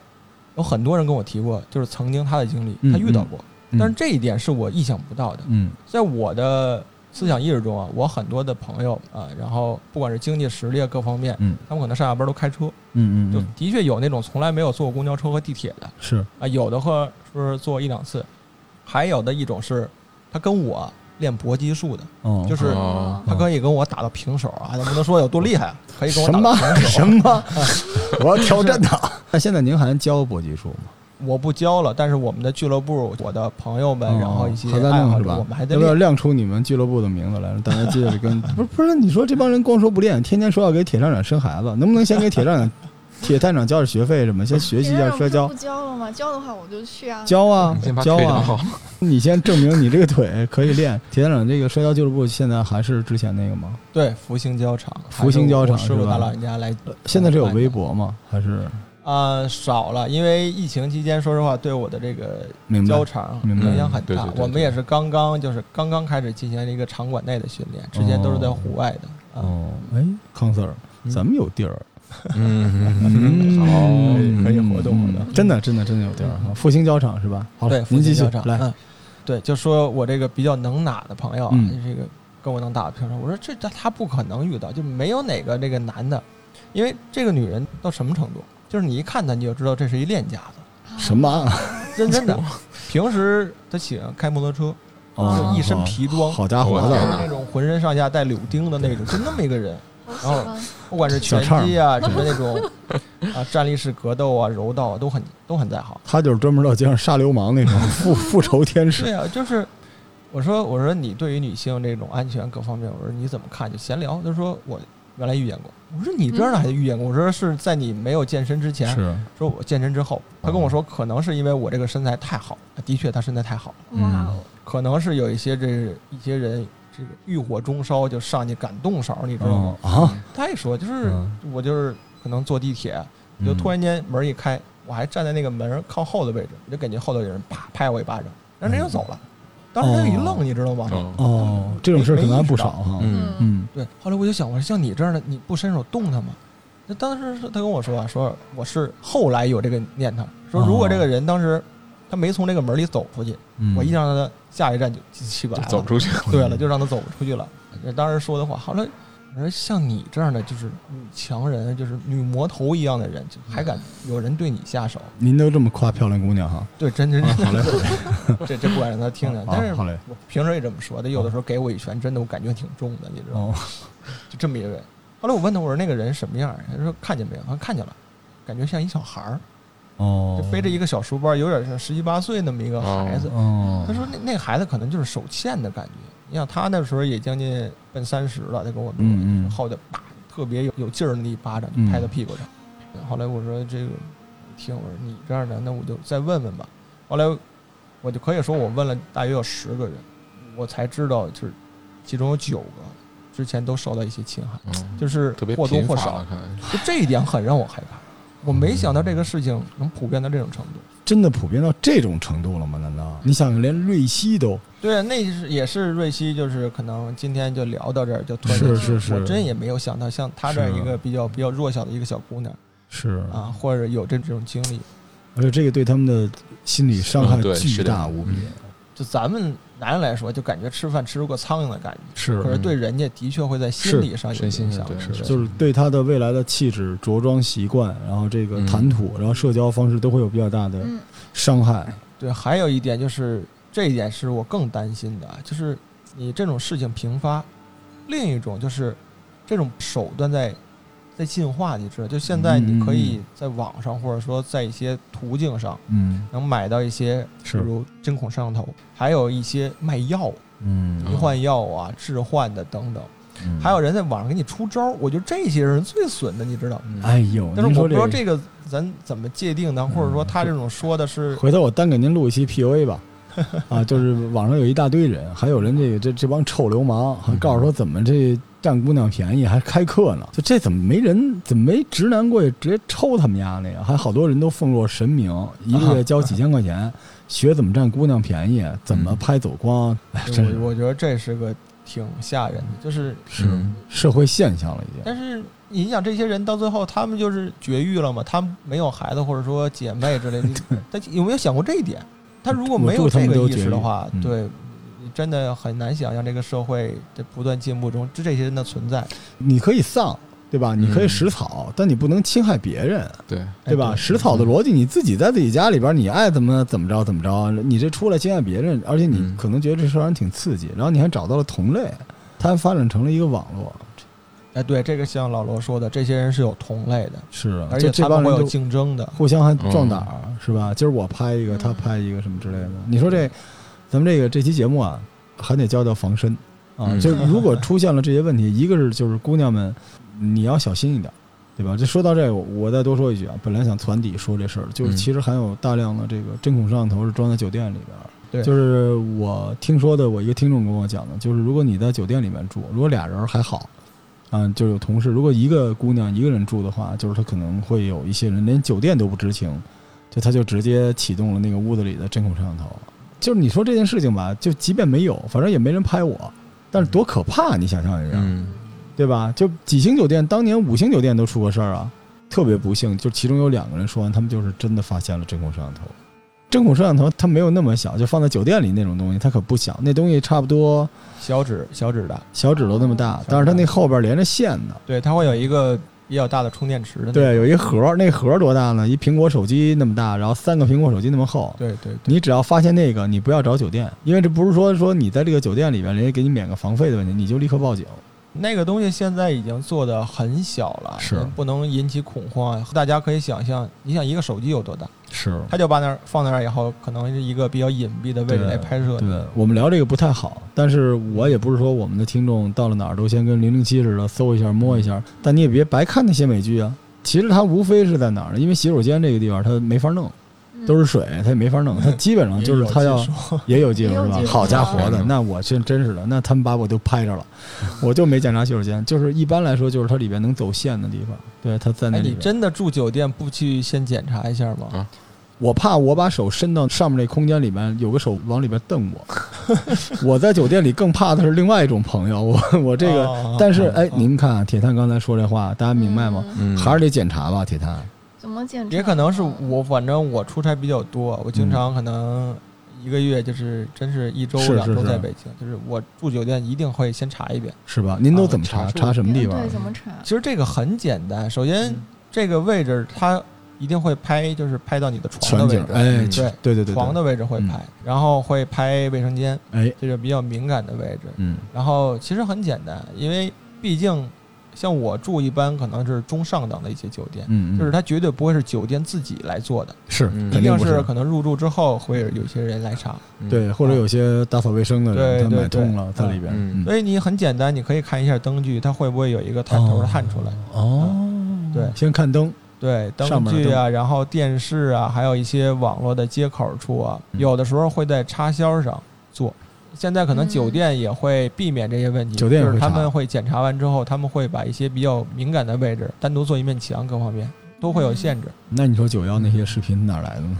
S3: 有很多人跟我提过，就是曾经她的经历，
S1: 嗯
S3: 她遇到过，
S1: 嗯
S3: 但是这一点是我意想不到的。
S1: 嗯
S3: 在我的思想意识中啊，我很多的朋友啊，然后不管是经济实力啊各方面，
S1: 嗯
S3: 他们可能上下班都开车，
S1: 嗯嗯
S3: 就
S1: 嗯，
S3: 的确有那种从来没有坐过公交车和地铁的
S1: 是
S3: 啊，有的话是坐一两次，还有的一种是他跟我练搏击术的，
S1: 嗯，
S3: 就是
S2: 哦
S3: 他可以跟我打到平手啊，也不能说有多厉害啊，可以跟我
S1: 什
S3: 打到
S1: 么
S3: 平手。
S1: 什 么，我要挑战他。那现在您还教搏击术吗？
S3: 我不教了，但是我们的俱乐部，我的朋友们，
S1: 哦
S3: 然后一些
S1: 还在
S3: 爱
S1: 弄
S3: 好
S1: 是
S3: 者，
S1: 吧？
S3: 我们还在
S1: 要不要
S3: 练。
S1: 亮出你们俱乐部的名字来，让大家接着跟？ 不是不是，你说这帮人光说不练，天天说要给铁站长生孩子，能不能先给铁站长、铁探长交点学费什么，先学习一下摔跤
S4: 不？交了吗？交的话我就去啊。
S1: 教啊
S2: 你先把，
S1: 教
S2: 腿养
S1: 啊！
S2: 好。
S1: 你先证明你这个腿可以练。铁站长这个摔跤俱乐部现在还是之前那个吗？
S3: 对，福星交场，
S1: 福星交场
S3: 还是我师
S1: 是
S3: 傅
S1: 吧
S3: 他老人家来
S1: 现在是有微博吗？还是
S3: 啊、少了，因为疫情期间，说实话，对我的这个
S1: 明白
S3: 交？场
S1: 明白
S3: 影响很
S2: 嗯对
S3: 大
S2: 对。对
S3: 我们也是刚刚就是刚刚开始进行了一个场馆内的训练，之前都是在户外的。啊
S1: 哦，哎，康 Sir，
S2: 嗯
S1: 咱们有地儿，
S2: 嗯，
S1: 嗯
S2: 好，
S3: 可以活动活动
S1: 嗯真的真的真的有地儿啊！复兴交场是吧？好
S3: 对
S1: 了，，
S3: 福
S1: 您继
S3: 星
S1: 续
S3: 交场
S1: 来。
S3: 嗯对，就说我这个比较能打的朋友啊，
S1: 嗯
S3: 这个跟我能打的朋友，我说这他他不可能遇到，就没有哪个这个男的，因为这个女人到什么程度，就是你一看她你就知道这是一练家子，
S1: 什么啊？
S3: 认真的。平时她喜欢开摩托车，
S1: 哦
S3: 就一身皮装，
S1: 好家伙
S2: 我
S3: 哦就
S2: 的
S3: 是
S2: 天
S1: 的，
S2: 哪
S3: 那种浑身上下带柳钉的那种，就那么一个人。
S4: 我喜欢
S3: 不管是拳击啊，什么那种啊，站立式格斗啊、柔道啊，都很都很在行。
S1: 他就是专门到街上杀流氓那种复复仇天
S3: 对
S1: 使。
S3: 啊，就是我说我说你对于女性这种安全各方面，我说你怎么看？就闲聊，他说我原来遇见过。我说你边哪还遇见过？我说是在你没有健身之前，
S1: 是，
S3: 说我健身之后，他跟我说可能是因为我这个身材太好，的确他身材太好，
S4: 哇哦，
S3: 可能是有一些这一些人这个欲火中烧就上去敢动手，你知道吗？
S1: 嗯
S2: 哦
S1: 啊，
S3: 他一说就是、
S1: 嗯
S3: 我就是可能坐地铁，
S2: 嗯
S3: 就突然间门一开，我还站在那个门靠后的位置，我就感觉后头有人啪拍我一巴掌，然后人就走了。当时他就一愣，你知道吗？
S2: 嗯哦
S1: 哦，这种事儿可能还不少哈。
S2: 嗯
S4: 嗯，
S1: 嗯，
S3: 对，后来我就想，我说像你这样的，你不伸手动他吗？那当时是他跟我说啊，说我是后来有这个念头，
S2: 哦
S3: 说如果这个人当时他没从这个门里走出去，
S1: 嗯
S3: 我一让他下一站就起不来
S2: 就走
S3: 了，
S2: 出去。
S3: 对了，就让他走出去了。那当时说的话，后来我说像你这样的就是女强人，就是女魔头一样的人，就还敢有人对你下手？
S1: 您都这么夸漂亮姑娘哈。
S3: 对，真真
S1: 啊
S3: 真，
S1: 好嘞，好嘞，
S3: 这这不敢让他听见。
S1: 啊
S3: 但是
S1: 好嘞啊
S3: 我平时也这么说，他有的时候给我一拳，真的我感觉挺重的，你知道 吗？
S1: 哦，
S3: 就这么一个人。后来我问他，我说那个人什么样？他说看见没有？他说看见了，感觉像一小孩儿，
S1: 哦
S3: 就，背着一个小书包，有点像十七八岁那么一个孩子。
S1: 哦
S3: 他，说那那孩子可能就是手欠的感觉。你想他那时候也将近奔三十了，他跟我说，
S1: 嗯嗯
S3: 后头啪特别有有劲儿的那一巴掌
S1: 嗯
S3: 就拍他屁股上。后来我说这个，听我说你这样的，那我就再问问吧。后来我就可以说我问了大约有十个人，我才知道就是其中有九个之前都受到一些侵害，
S2: 嗯
S3: 就是
S2: 特别
S3: 或多
S2: 贫
S3: 或
S2: 乏啊
S3: 少
S2: 了，，看来
S3: 就这一点很让我害怕。我没想到这个事情能普遍到这种程度。
S1: 真的普遍到这种程度了吗？难道你想连瑞希都
S3: 对啊，那是也是瑞希，就是可能今天就聊到这儿，就突然
S1: 是
S3: 间
S1: 是
S3: 我
S1: 是
S3: 真也没有想到，像她这样
S1: 是啊
S3: 一个比较比较弱小的一个小姑娘
S1: 是
S3: 啊，或者有这这种经历，
S1: 而且这个对他们的心理伤害
S2: 嗯对
S1: 巨
S2: 是的
S1: 大无比，
S2: 嗯
S3: 就咱们男人来说，就感觉吃饭吃过苍蝇的感觉，
S1: 是嗯
S3: 可是对人家的确会在心理上有
S2: 身心
S3: 影响
S2: 对，
S3: 是
S2: 是
S1: 就是对他的未来的气质、着装习惯，然后这个
S2: 嗯
S1: 谈吐，然后社交方式都会有比较大的
S4: 嗯，
S1: 伤害。
S3: 对。还有一点就是这一点是我更担心的啊，就是你这种事情频发，另一种就是这种手段在。在进化，你知道，就现在你可以在网上，或者说在一些途径上，
S1: 嗯，
S3: 能买到一些，比
S1: 是
S3: 如针孔摄像头，还有一些卖药、迷
S1: 嗯，
S3: 幻药啊、置换的等等，
S1: 嗯
S3: 还有人在网上给你出招儿，我觉得这些人最损的，你知道？
S2: 嗯
S1: 哎呦，
S3: 但是
S1: 您说
S3: 我不知道
S1: 个嗯
S3: 这个咱怎么界定呢？或者说他这种说的是，
S1: 回头我单给您录一期 PUA 吧。啊，就是网上有一大堆人，还有人这个这这帮臭流氓，还告诉说怎么这占姑娘便宜，还开课呢。就这怎么没人，怎么没直男过去直接抽他们家那个？还好多人都奉若神明，一个月交几千块钱，学怎么占姑娘便宜，怎么拍走光，哎， 真是
S3: 我我觉得这是个挺吓人的，就是，
S1: 是
S2: 嗯
S1: 社会现象了已经。
S3: 但是。你想这些人到最后，他们就是绝育了嘛？他们没有孩子，或者说姐妹之 类的。你他有没有想过这一点？他如果没有
S1: 我祝他
S3: 这
S1: 们
S3: 个
S1: 都
S3: 意识
S1: 绝育
S3: 的话，
S1: 嗯
S3: 对，你真的很难想象这个社会的不断进步中，这这些人的存在。
S1: 你可以丧，对吧？你可以
S2: 嗯
S1: 食草，但你不能侵害别人，
S2: 对，
S1: 对
S3: 哎
S1: 吧？食草
S3: 嗯
S1: 的逻辑，你自己在自己家里边，你爱怎么怎么着怎么着，你这出来侵害别人，而且你
S2: 嗯
S1: 可能觉得这事儿还挺刺激，然后你还找到了同类，它发展成了一个网络。
S3: 哎，对，这个像老罗说的，这些人是有同类的，
S1: 是啊，
S3: 而
S1: 就
S3: 且
S1: 这
S3: 他
S1: 帮
S3: 们会
S1: 人
S3: 有嗯
S1: 就
S3: 竞争的。
S1: 互相还壮胆儿、是吧？今儿我拍一个，他
S4: 嗯
S1: 拍一个什么之类的。你说这，咱们这个这期节目啊，还得教教防身啊。
S2: 嗯
S1: 就是如 果出现了这些问题，一个是就是姑娘们，你要小心一点，对吧？这说到这个，我再多说一句啊，本来想攒底说这事儿，就是
S2: 嗯
S1: 其实还有大量的这个针孔摄像头是装在酒店里边儿。
S3: 对
S1: 就是我听说的，我一个听众跟我讲的，就是如果你在酒店里面住，如果俩人还好，嗯，就有同事，如果一个姑娘一个人住的话，就是她可能会有一些人连酒店都不知情，就她就直接启动了那个屋子里的针孔摄像头。就是你说这件事情吧，就即便没有，反正也没人拍我，但是多可怕！你想象一下，
S2: 嗯
S1: 对吧？就几星酒店，当年五星酒店都出过事儿啊，特别不幸，就其中有两个人说完，他们就是真的发现了针孔摄像头。针孔摄像头它没有那么小，就放在酒店里那种东西，它可不小，那东西差不多
S3: 小指小指的，
S1: 小指头那么大
S4: 哦，
S1: 但是它那后边连着线呢。
S3: 对，它会有一个比较大的充电池的那种。
S1: 对，有一盒儿，那盒儿多大呢？一苹果手机那么大，然后三个苹果手机那么厚。
S3: 对对对，
S1: 你只要发现那个，你不要找酒店，因为这不是说说你在这个酒店里边，人家给你免个房费的问题，你就立刻报警。
S3: 那个东西现在已经做的很小了，
S1: 是
S3: 人不能引起恐慌啊。大家可以想象，你想一个手机有多大，
S1: 是
S3: 他就把那儿放在那儿以后，可能是一个比较隐蔽的位置
S1: 对
S3: 来拍摄你。
S1: 对我们聊这个不太好，但是我也不是说我们的听众到了哪儿都先跟零零七似的搜一下摸一下，但你也别白看那些美剧啊。其实它无非是在哪儿呢？因为洗手间这个地方它没法弄，
S4: 嗯
S1: 都是水，它也没法弄，它基本上就是它要也有技术是吧
S4: 也有技？术
S1: 好家伙的，
S2: 嗯
S1: 那我真真是的，那他们把我都拍着了，我就没检查洗手间。就是一般来说，就是它里边能走线的地方，对，它在那
S3: 哎，
S1: 里
S3: 你
S1: 边。
S3: 真的住酒店不去先检查一下吗？
S2: 啊
S1: 我怕我把手伸到上面那空间里面，有个手往里边瞪我。我 在酒店里更怕的是另外一种朋友，我 我这个。
S3: 哦
S1: 但是
S3: 哦
S1: 哎
S3: 哦，
S1: 您看啊铁探刚才说这话，大家明白吗？嗯
S4: 嗯
S2: 嗯，
S1: 还是得检查吧，铁探。
S4: 怎么检查？
S3: 也可能是我，反正我出差比较多，我经常可能一个月就是真是一周
S1: 嗯是是
S3: 两周
S1: 是
S3: 在北京，就是我住酒店一定会先查一遍。
S1: 是吧？您都怎么
S3: 啊
S1: 查？
S3: 查出
S1: 查什么地方
S4: 对，？怎么查？
S3: 其实这个很简单，首先
S1: 嗯
S3: 这个位置它一定会拍，就是拍到你的
S1: 全
S3: 床的位
S1: 景。
S3: 置，
S1: 哎，
S2: 嗯
S3: 对
S1: 对对嗯对，
S3: 床
S1: 的
S3: 的位置会拍，然后会拍卫生间，
S1: 哎，
S3: 这是比较敏感的位置。
S1: 嗯
S3: 然后其实很简单，因为毕竟像我住一般可能是中上等的一些酒店，
S1: 嗯，嗯
S3: 就是它绝对不会是酒店自己来做的，
S1: 是
S2: 嗯
S1: 肯
S3: 一
S1: 定
S3: 定
S1: 不
S3: 是可能入住之后会有些人来查。
S1: 对，或者有些打扫卫生的人，
S3: 对
S1: 他
S3: 对
S1: 买通了
S3: 对
S1: 在里边，
S2: 嗯
S3: 所以你很简单，你可以看一下灯具，它会不会有一个探头探出来？
S1: 哦，
S3: 对
S1: 先看灯，
S3: 对，
S1: 上
S3: 灯
S1: 面的
S3: 具啊，然后电视啊，还有一些网络的接口处啊，
S1: 嗯
S3: 有的时候会在插销上做。现在可能
S4: 嗯
S3: 酒店也会避免这些问题，
S1: 酒店也
S3: 就是
S1: 会
S3: 他
S1: 查
S3: 们会检查完之后，他们会把一些比较敏感的位置单独做一面墙，各方面都会有限制。
S1: 那你说九幺那些视频哪儿来的 呢？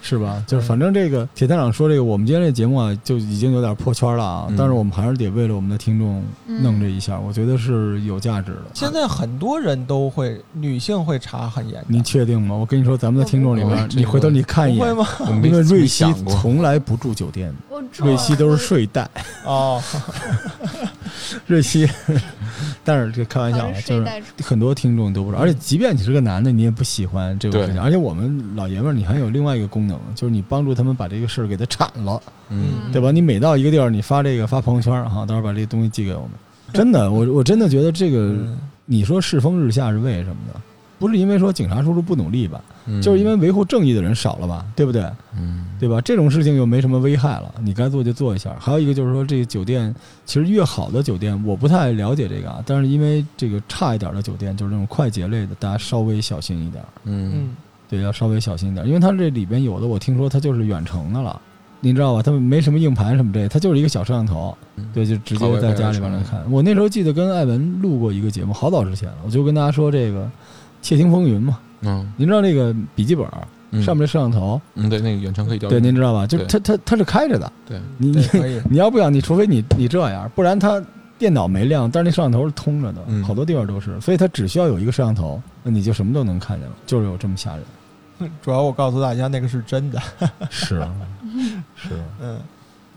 S1: 是
S2: 嗯
S1: 吧？就是反正这个铁探长说这个，我们今天这节目啊，就已经有点破圈了啊。
S2: 嗯
S1: 但是我们还是得为了我们的听众
S4: 嗯
S1: 弄这一下，我觉得是有价值的。啊
S3: 现在很多人都会，女性会查很严
S1: 你
S3: 的，
S1: 确定吗？我跟你说，咱们的听众里
S2: 我
S1: 面
S2: 不，
S1: 你回头你看一
S3: 不会
S1: 眼，
S3: 吗？
S2: 我没
S1: 因为瑞
S2: 没
S1: 希
S2: 想过，
S1: 从来不住酒店，
S4: 我住
S1: 瑞希都是睡袋。
S3: 哦，
S1: 瑞 希，但是这开玩笑啊，就
S4: 睡
S1: 是
S4: 袋出
S1: 很多听众都不知道，而且即便你是个男的，你也不喜欢这种事情。
S2: 嗯对
S1: 而且我们老爷们儿，你还有另外一个功能，就是你帮助他们把这个事儿给他铲了，
S2: 嗯
S1: 对吧？你每到一个地儿，你发这个发朋友圈儿哈，到时候把这东西寄给我们。
S2: 嗯
S1: 真的，我我真的觉得这个，
S3: 嗯
S1: 你说世风日下是为什么呢？不是因为说警察叔叔不努力吧，
S2: 嗯
S1: 就是因为维护正义的人少了吧，对不对？
S2: 嗯
S1: 对吧？这种事情又没什么危害了，你该做就做一下。还有一个就是说，这个酒店其实越好的酒店，我不太了解这个啊，但是因为这个差一点的酒店，就是那种快捷类的，大家稍微小心一点，
S2: 嗯
S3: 嗯，
S1: 对，要稍微小心一点，因为它这里边有的我听说它就是远程的了。你知道吧？它没什么硬盘什么这些，它就是一个小摄像头，
S2: 嗯
S1: 对，就直接在家里边来看。我那时候记得跟艾文录过一个节目，好早之前了，我就跟大家说这个《窃听风云》嘛。
S2: 嗯
S1: 您知道那个笔记本儿
S2: 嗯
S1: 上面这摄像头，
S2: 嗯对那个远程可以调
S1: 对，
S2: 用
S1: 您知道吧？就是它
S2: 对
S1: 它它是开着的，
S2: 对
S1: 你
S3: 对，
S1: 你
S3: 可以。
S1: 你要不想，你除非你你这样，不然它电脑没亮，但是那摄像头是通着的，
S2: 嗯
S1: 好多地方都是，所以它只需要有一个摄像头，那你就什么都能看见了，就是有这么吓人。
S3: 主要我告诉大家，那个是真的，
S1: 是是，
S3: 嗯，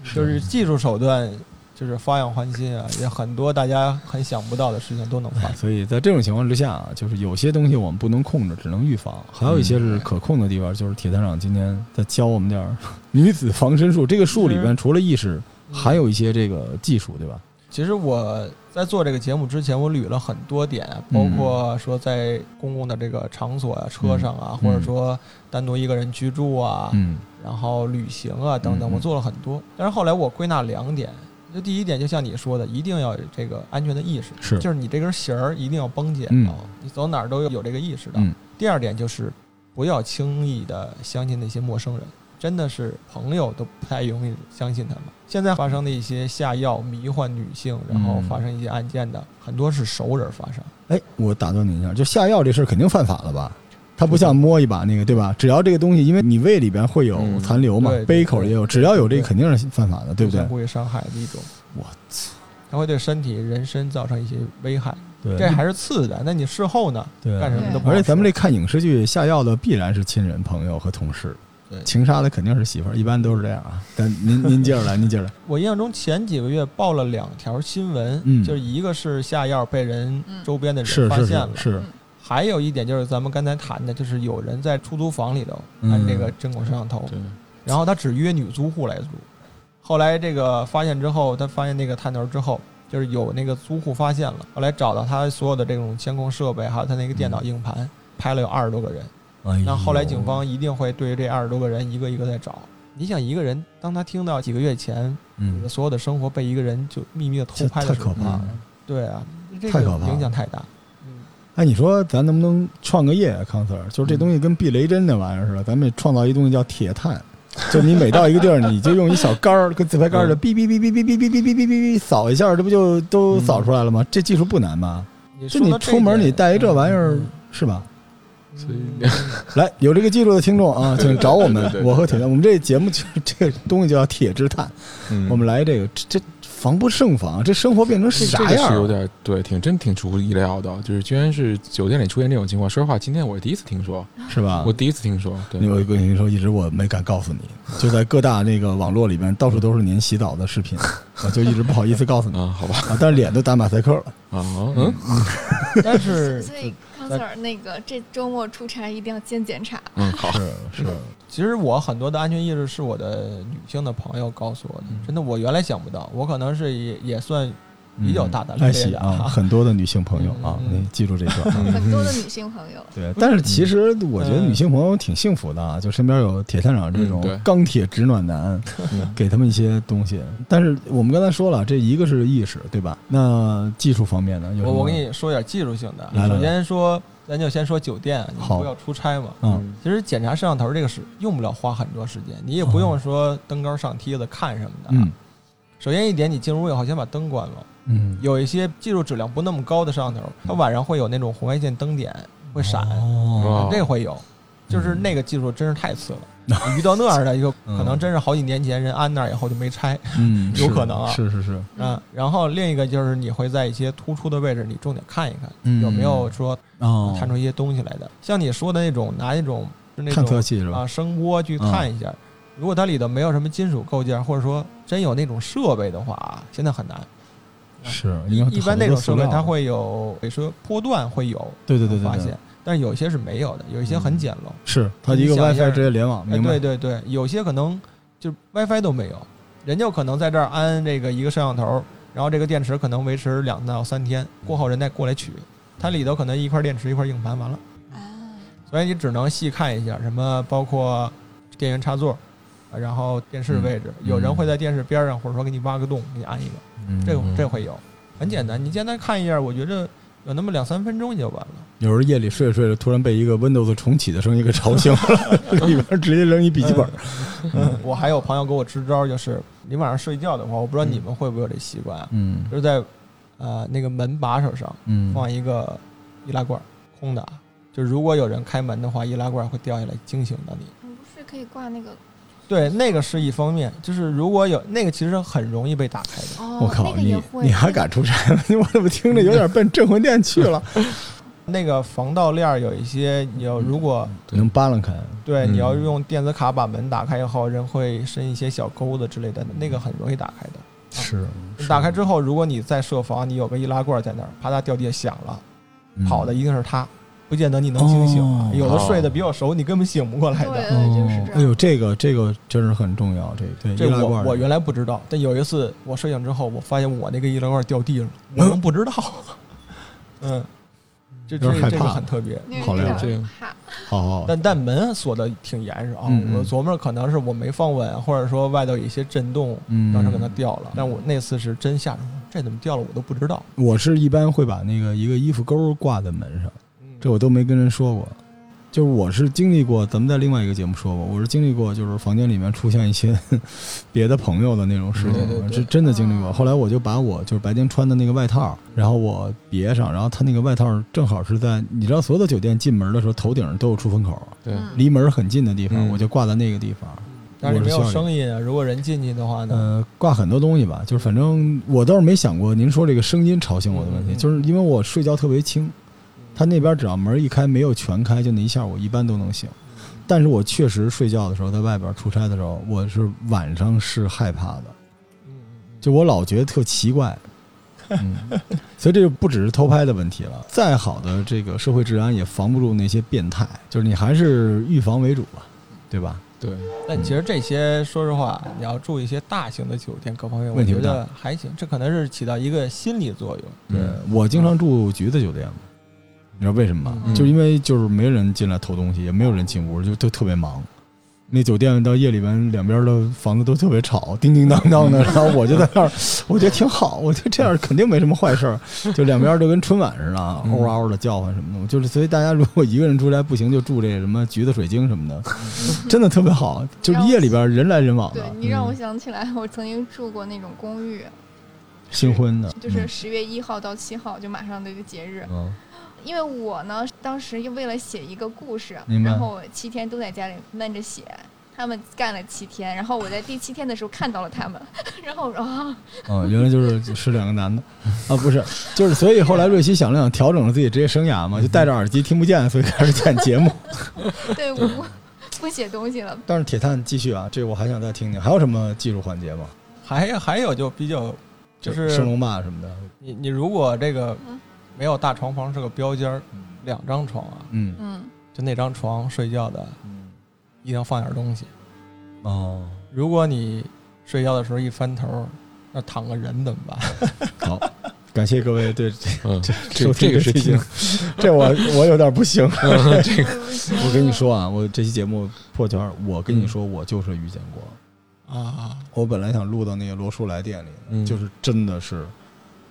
S1: 是
S3: 就是技术手段就是发扬欢心啊，也很多大家很想不到的事情都能发生。
S1: 啊所以在这种情况之下啊，就是有些东西我们不能控制，只能预防；还有一些是可控的地方，就是铁探长今天在教我们点儿女子防身术。这个术里边除了意识，还有一些这个技术，对吧？
S3: 嗯其实我在做这个节目之前，我捋了很多点，包括说在公共的这个场所啊、车上
S1: 嗯
S3: 啊，或者说单独一个人居住啊，
S1: 嗯
S3: 然后旅行啊等
S1: 嗯
S3: 等，
S1: 嗯
S3: 我做了很多。但是后来我归纳两点，就第一点，就像你说的，一定要有这个安全的意识，
S1: 是
S3: 就是你这根弦儿一定要绷紧
S1: 嗯
S3: 啊，你走哪儿都有这个意识的。
S1: 嗯
S3: 第二点就是不要轻易的相信那些陌生人，真的是朋友都不太容易相信他们。现在发生的一些下药迷幻女性，然后
S1: 嗯
S3: 发生一些案件的，很多是熟人发生。
S1: 哎，我打断你一下，就下药这事儿肯定犯法了吧？它不像摸一把那个，对吧？只要这个东西，因为你胃里边会有
S2: 嗯
S1: 残留嘛
S3: 对，对
S1: 杯口也有，只要有这个肯定是犯法的，对不对
S3: 互相？故意伤害的一种，
S1: 我操，
S3: 它会对身体、人身造成一些危害，
S1: 对
S3: 这还是次的。那你事后呢？
S1: 对
S3: 干什么都不好
S1: 而且
S3: 说
S1: 咱们这看影视剧下药的必然是亲人、朋友和同事
S3: 对，
S1: 情杀的肯定是媳妇儿，一般都是这样啊。但您您接着来，您接着来，
S3: 我印象中前几个月报了两条新闻，
S1: 嗯
S3: 就是一个是下药被人
S4: 嗯
S3: 周边的 人
S1: 是
S3: 发
S1: 是
S3: 现
S1: 是
S3: 了，
S1: 是，
S3: 还有一点就是咱们刚才谈的，就是有人在出租房里头
S1: 嗯
S3: 按这个针孔摄像头，
S2: 对
S3: 然后他只约女租户来租。后来这个发现之后，他发现那个探头之后，就是有那个租户发现了，后来找到他所有的这种监控设备，还有他那个电脑硬盘，拍了有二十多个人。
S1: 哎呦
S3: 那后来警方一定会对这二十多个人一个一个在找。你想一个人，当他听到几个月前你
S1: 嗯
S3: 的，所有的生活被一个人就秘密的偷
S1: 这
S3: 拍
S1: 太
S3: 的时
S1: 可
S3: 候，
S1: 怕了。
S3: 对啊，这
S1: 太
S3: 个
S1: 可怕了
S3: 影响太大。嗯，
S1: 哎，你说咱能不能创个业啊，康 Sir？就是这东西跟避雷针那玩意儿似的，咱们也创造一东西叫铁探，就你每到一个地儿，你就用一小杆儿跟自拍杆儿的哔哔哔哔哔哔哔哔哔哔哔扫一下，这不就都扫出来
S2: 嗯
S1: 了吗？这技术不难吧？
S3: 你
S1: 就
S3: 说
S1: 你
S3: 到这
S1: 出门
S3: 点
S1: 你带一这玩意儿
S3: 嗯
S1: 是吧？
S2: 所以
S1: 来，有这个技术的听众啊，请找我们
S2: 对对，对
S1: 我和铁探，我们这节目就这个东西就叫铁之探，
S2: 嗯
S1: 我们来这个这这防不胜防，这生活变成
S2: 这这
S1: 啥
S2: 个
S1: 样
S2: 是有
S1: 儿？啊
S2: 点对，挺真挺出乎意料的，就是居然是酒店里出现这种情况。说实话，今天我是第一次听说，
S1: 是吧？
S2: 我第一次听说。对
S1: 那，我跟您说，一直我没敢告诉你，就在各大那个网络里边，到处都是您洗澡的视 频，我就一直不好意思告诉你
S2: 啊，好吧，
S1: 啊。但是脸都打马赛克了，
S2: 啊，嗯，
S3: 但是
S4: 所以康 Sir 那个这周末出差一定要先检查。
S2: 嗯，好，
S1: 是是，
S3: 其实我很多的安全意识是我的女性的朋友告诉我的，真的我原来想不到，我可能是也也算 比较大胆
S1: 爱
S3: 的这
S1: 惜
S3: 个
S1: 啊，，很多的女性朋友啊，
S3: 嗯嗯
S1: 你记住这段 啊。
S4: 很多的女性朋友，
S1: 对，但是其实我觉得女性朋友挺幸福的
S3: 嗯
S1: 啊，就身边有铁探长这种
S2: 嗯对
S1: 钢铁直暖男，
S2: 嗯
S1: 给他们一些东西。但是我们刚才说了，这一个是意识，对吧？那技术方面呢？有什
S3: 我
S1: 么
S3: 我给你说点技术性的啊，
S1: 来来来
S3: 首先说，咱就先说酒店，你
S1: 好
S3: 不要出差嘛。
S1: 啊，
S3: 其实检查摄像头这个是用不了花很多时间，你也不用说登高上梯子看什么的。
S1: 嗯，
S3: 首先一点，你进入以后先把灯关了。
S1: 嗯，
S3: 有一些技术质量不那么高的摄像头，它晚上会有那种红外线灯点会闪，
S1: 哦
S2: 哦
S3: 这会有，就是那个技术真是太 次了。你遇到那样的一个，
S1: 嗯
S3: 可能真是好几年前人安那儿以后就没拆
S1: 嗯，是
S3: 有可能啊
S1: 是是是，
S4: 嗯
S3: 啊。然后另一个就是你会在一些突出的位置，你重点看一
S1: 嗯
S3: 看有没有说
S1: 哦，
S3: 探出一些东西来的。像你说的那种拿那种是那
S1: 探测
S3: 种
S1: 器是吧？嗯
S3: 啊声波去探一下，如果它里头没有什么金属构件，或者说真有那种设备的话啊，现在很难。
S1: 是，应该
S3: 一般那种设备它
S1: 它，
S3: 会有，比如说波段会有
S1: 对对对对，
S3: 发
S1: 对嗯
S3: 现，但是有些是没有的，有一些很简陋。
S1: 是它一个
S3: 你想一下
S1: WiFi 直接联网，
S3: 哎，
S1: 明白？
S3: 对对对，有些可能就 WiFi 都没有，人家可能在这儿安这个一个摄像头，然后这个电池可能维持两到三天，过后人再过来取，它里头可能一块电池一块硬盘完了，
S4: 啊，
S3: 所以你只能细看一下，什么包括电源插座，啊然后电视位置，有人会在电视边上，或者说给你挖个洞给你安一个，
S1: 嗯
S3: 这个这会有，很简单，你简单看一下，我觉着有那么两三分钟就完 了，
S1: 有时候夜里睡着睡着，突然被一个 Windows 重启的声音给吵醒了， 里边直接扔一笔记本儿，
S3: 嗯我还有朋友给我支招，就是你晚上睡觉的话，我不知道你们会不会有这习惯啊。
S1: 嗯
S3: 就是在呃那个门把手上
S1: 嗯
S3: 放一个易拉罐，空的啊。就如果有人开门的话，易拉罐会掉下来惊醒到你。
S4: 你不是可以挂那个？
S3: 对，那个是一方面，就是如果有那个其实很容易被打开的。
S4: 哦，
S1: 我靠，
S4: 那个也
S1: 你
S4: 会，
S1: 你还敢出差吗？ 我怎么听着有点奔镇魂殿去了？
S3: 那个防盗链儿有一些，你要如果
S1: 能扒拉开，
S3: 对
S2: 嗯
S3: 你要用电子卡把门打开以后，人会伸一些小钩子之类的，那个很容易打开的。
S1: 嗯是
S3: 你打开之后，如果你在设防，你有个易拉罐在那儿，啪嗒掉地下响了，跑的一定是他，不见得你能清醒啊
S1: 嗯哦。
S3: 有的睡得比较熟，你根本醒不过来
S4: 对
S3: 的。
S4: 对，就是这
S1: 哎
S4: 样。
S1: 呦，这个这个真是很重要，这个对
S3: 这
S1: 易拉
S3: 我
S1: 罐
S3: 我原来不知道，但有一次我睡醒之后，我发现我那个易拉罐掉地上了，我能不知道？ 嗯，这这
S1: 有点害
S3: 这个
S1: 怕
S3: 很特别。
S4: 那
S1: 好啊
S4: 有
S1: 嘞
S4: 点
S2: 这个
S4: 怕，
S1: 好好好
S3: 但但门锁的挺严实啊，
S1: 嗯嗯
S3: 我琢磨可能是我没放稳，或者说外头有一些震动，
S1: 嗯
S3: 让它给它掉了。但我那次是真吓着我，这怎么掉了我都不知道。
S1: 我是一般会把那个一个衣服钩挂在门上，这我都没跟人说过。就是我是经历过，咱们在另外一个节目说过，我是经历过，就是房间里面出现一些 别的朋友的那种事情，
S3: 对对对
S1: 是真的经历过。后来我就把我就是白天穿的那个外套，
S3: 啊
S1: 然后我别上，然后他那个外套正好是在你知道，所有的酒店进门的时候头顶都有出风口，
S2: 对，
S4: 嗯
S1: 离门很近的地方，
S2: 嗯
S1: 我就挂在那个地方。
S3: 嗯但是
S1: 我
S3: 没
S1: 是
S3: 有
S1: 笑
S3: 声音啊，如果人进去的话呢，
S1: 呃，挂很多东西吧，就是反正我倒是没想过您说这个声音吵醒我的问题，
S3: 嗯嗯
S1: 就是因为我睡觉特别轻，他那边只要门一开，没有全开，就那一下我一般都能醒。但是我确实睡觉的时候，在外边出差的时候，我是晚上是害怕的，就我老觉得特奇怪，嗯，所以这就不只是偷拍的问题了。再好的这个社会治安也防不住那些变态，就是你还是预防为主吧，对吧？
S2: 对，
S3: 但其实这些说实话，你要住一些大型的酒店，各方面我
S1: 问题
S3: 觉
S1: 不大
S3: 得还行，这可能是起到一个心理作用。
S1: 对
S2: 嗯，
S1: 我经常住局子酒店嘛，你知道为什么吗？
S3: 嗯
S1: 就因为就是没人进来偷东西，也没有人进屋，就都特别忙。那酒店到夜里边，两边的房子都特别吵，叮叮当当的。然后我就在那儿， 我觉得挺好，我觉得这样肯定没什么坏事儿。就两边就跟春晚似的啊，
S2: 嗯
S1: 嗷嗷的叫唤什么的。就是所以大家如果一个人出来不行，就住这什么橘子水晶什么的，真的特别好。就是夜里边人来人往的
S4: 对，你让我想起来，我曾经住过那种公寓，
S1: 新婚的，
S4: 就是十月一号到七号，就马上这个节日。
S1: 嗯
S4: 因为我呢，当时又为了写一个故事
S1: 明，白
S4: 然后我七天都在家里闷着写。他们干了七天，然后我在第七天的时候看到了他们，然后我说啊，
S1: 啊，原来就是是两个男的啊，不是，就是所以后来瑞希想了想，调整了自己职业生涯嘛，就戴着耳机听不见，所以开始剪节目。
S4: 对我不不写东西了，
S1: 但是铁探继续啊，这我还想再听听，还有什么技术环节吗？
S3: 还还有就比较，就是
S1: 升龙霸什么的，
S3: 你你如果这个
S4: 嗯
S3: 没有大床房是个标间儿，两张床啊，
S1: 嗯，
S4: 嗯，
S3: 就那张床睡觉的，一定要放点东西。
S1: 哦，
S3: 如果你睡觉的时候一翻头，那躺个人怎么办？
S1: 好，感谢各位对
S2: 嗯，
S1: 收
S2: 这
S1: 听
S2: 这个是
S1: 提
S2: 听
S1: 醒，，这我我有点不行。我
S4: 我
S1: 跟你，说啊，我这期节目破圈儿，我跟你说，我就是遇见过。
S3: 啊，
S1: 嗯我本来想录到那个罗叔来店里，
S2: 嗯
S1: 就是真的是，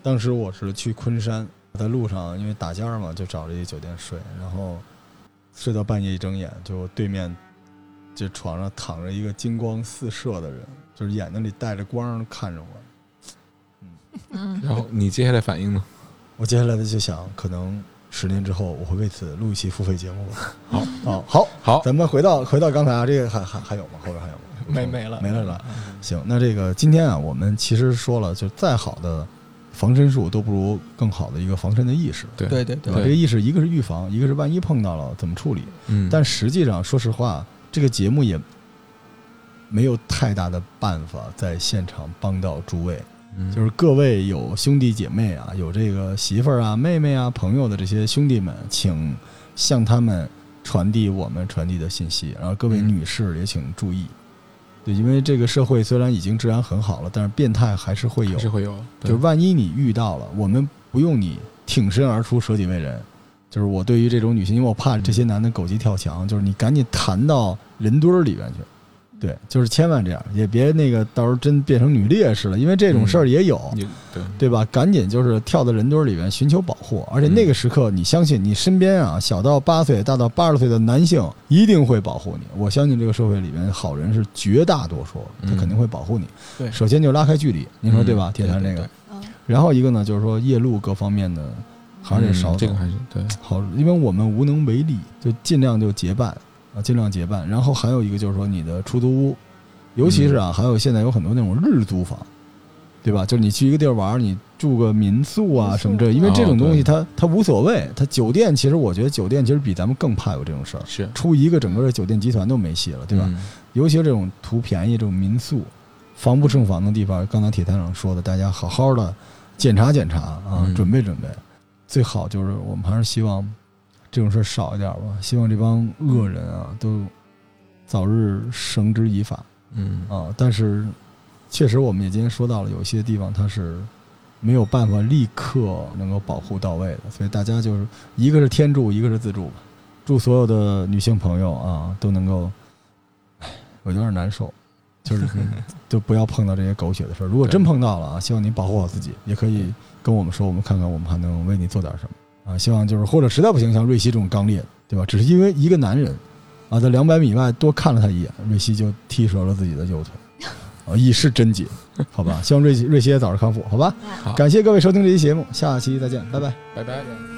S1: 当时我是去昆山，在路上因为打架嘛，就找了一酒店睡，然后睡到半夜一睁眼，就对面这床上躺着一个金光四射的人，就是眼睛里带着光看着我。
S4: 嗯，
S2: 然后你接下来反应呢？
S1: 我接下来的就想，可能十年之后我会为此录一期付费节目吧。好，好，好，
S2: 好，
S1: 咱们回到回到刚才啊，这个还还还有吗？后边还有吗？
S3: 没没了
S1: 没了了。行，那这个今天啊，我们其实说了，就再好的防身术都不如更好的一个防身的意识，
S2: 对
S3: 对对对
S1: 对吧？这个意识一个是预防，一个是万一碰到了怎么处理。
S2: 嗯，
S1: 但实际上，说实话，这个节目也没有太大的办法在现场帮到诸位。
S2: 嗯
S1: 就是各位有兄弟姐妹啊，有这个媳妇儿啊、妹妹啊、朋友的这些兄弟们，请向他们传递我们传递的信息。然后各位
S2: 嗯
S1: 女士也请注意，对，因为这个社会虽然已经治安很好了，但是变态还是会有
S2: 还。是会有，
S1: 就万一你遇到了，我们不用你挺身而出舍己为人。就是我对于这种女性，因为我怕
S2: 嗯
S1: 这些男的狗急跳墙，就是你赶紧弹到人堆儿里边去。对，就是千万这样，也别那个到时候真变成女烈士了，因为这种事
S2: 嗯
S1: 儿也有。
S2: 你对
S1: 对吧？赶紧就是跳到人堆儿里面寻求保护，而且那
S2: 嗯
S1: 个时刻，你相信你身边啊，小到八岁，大到八十岁的男性一定会保护你。我相信这个社会里面好人是绝大多数，他
S2: 嗯
S1: 肯定会保护你。
S3: 对
S1: 首先就拉开距离，您说
S2: 嗯
S1: 对吧？铁蛋
S2: 对
S1: 这
S2: 对
S1: 个
S2: 对，
S4: 嗯
S1: 然后一个呢，就是说夜路各方面的，还是得少
S2: 嗯这
S1: 走
S2: 个。还是对，
S1: 好，因为我们无能为力，就尽量就结伴啊，尽量结伴。然后还有一个就是说你的出租屋，尤其是啊，还有现在有很多那种日租房，对吧？就是你去一个地儿玩儿，你住个民宿啊
S4: 民宿
S1: 什么这，因为这种
S2: 哦
S1: 东西
S2: 对
S1: 它它无所谓。它酒店其实我觉得酒店其实比咱们更怕有这种事儿，
S2: 是
S1: 出一个整个的酒店集团都没戏了，对吧？
S2: 嗯
S1: 尤其是这种图便宜这种民宿，防不胜防的地方，刚才铁探长说的，大家好好的检查检查啊，
S2: 嗯
S1: 准备准备，最好就是我们还是希望这种事儿少一点吧，希望这帮恶人啊都早日绳之以法
S2: 嗯
S1: 啊。但是确实，我们也今天说到了，有些地方它是没有办法立刻能够保护到位的，所以大家就是一个是天助，一个是自助吧。祝所有的女性朋友啊都能够，唉我有点难受，就是就不要碰到这些狗血的事儿。如果真碰到了啊，希望您保护好自己，也可以跟我们说，我们看看我们还能为你做点什么啊。希望就是或者实在不行，像瑞希这种刚烈，对吧？只是因为一个男人啊，在两百米外多看了他一眼，瑞希就踢折了自己的右腿。啊，以示贞洁，好吧？希望瑞希瑞希也早日康复，好吧？
S4: 哎
S2: 好
S1: 感谢各位收听这期节目，下期再见，拜拜。
S2: 拜拜。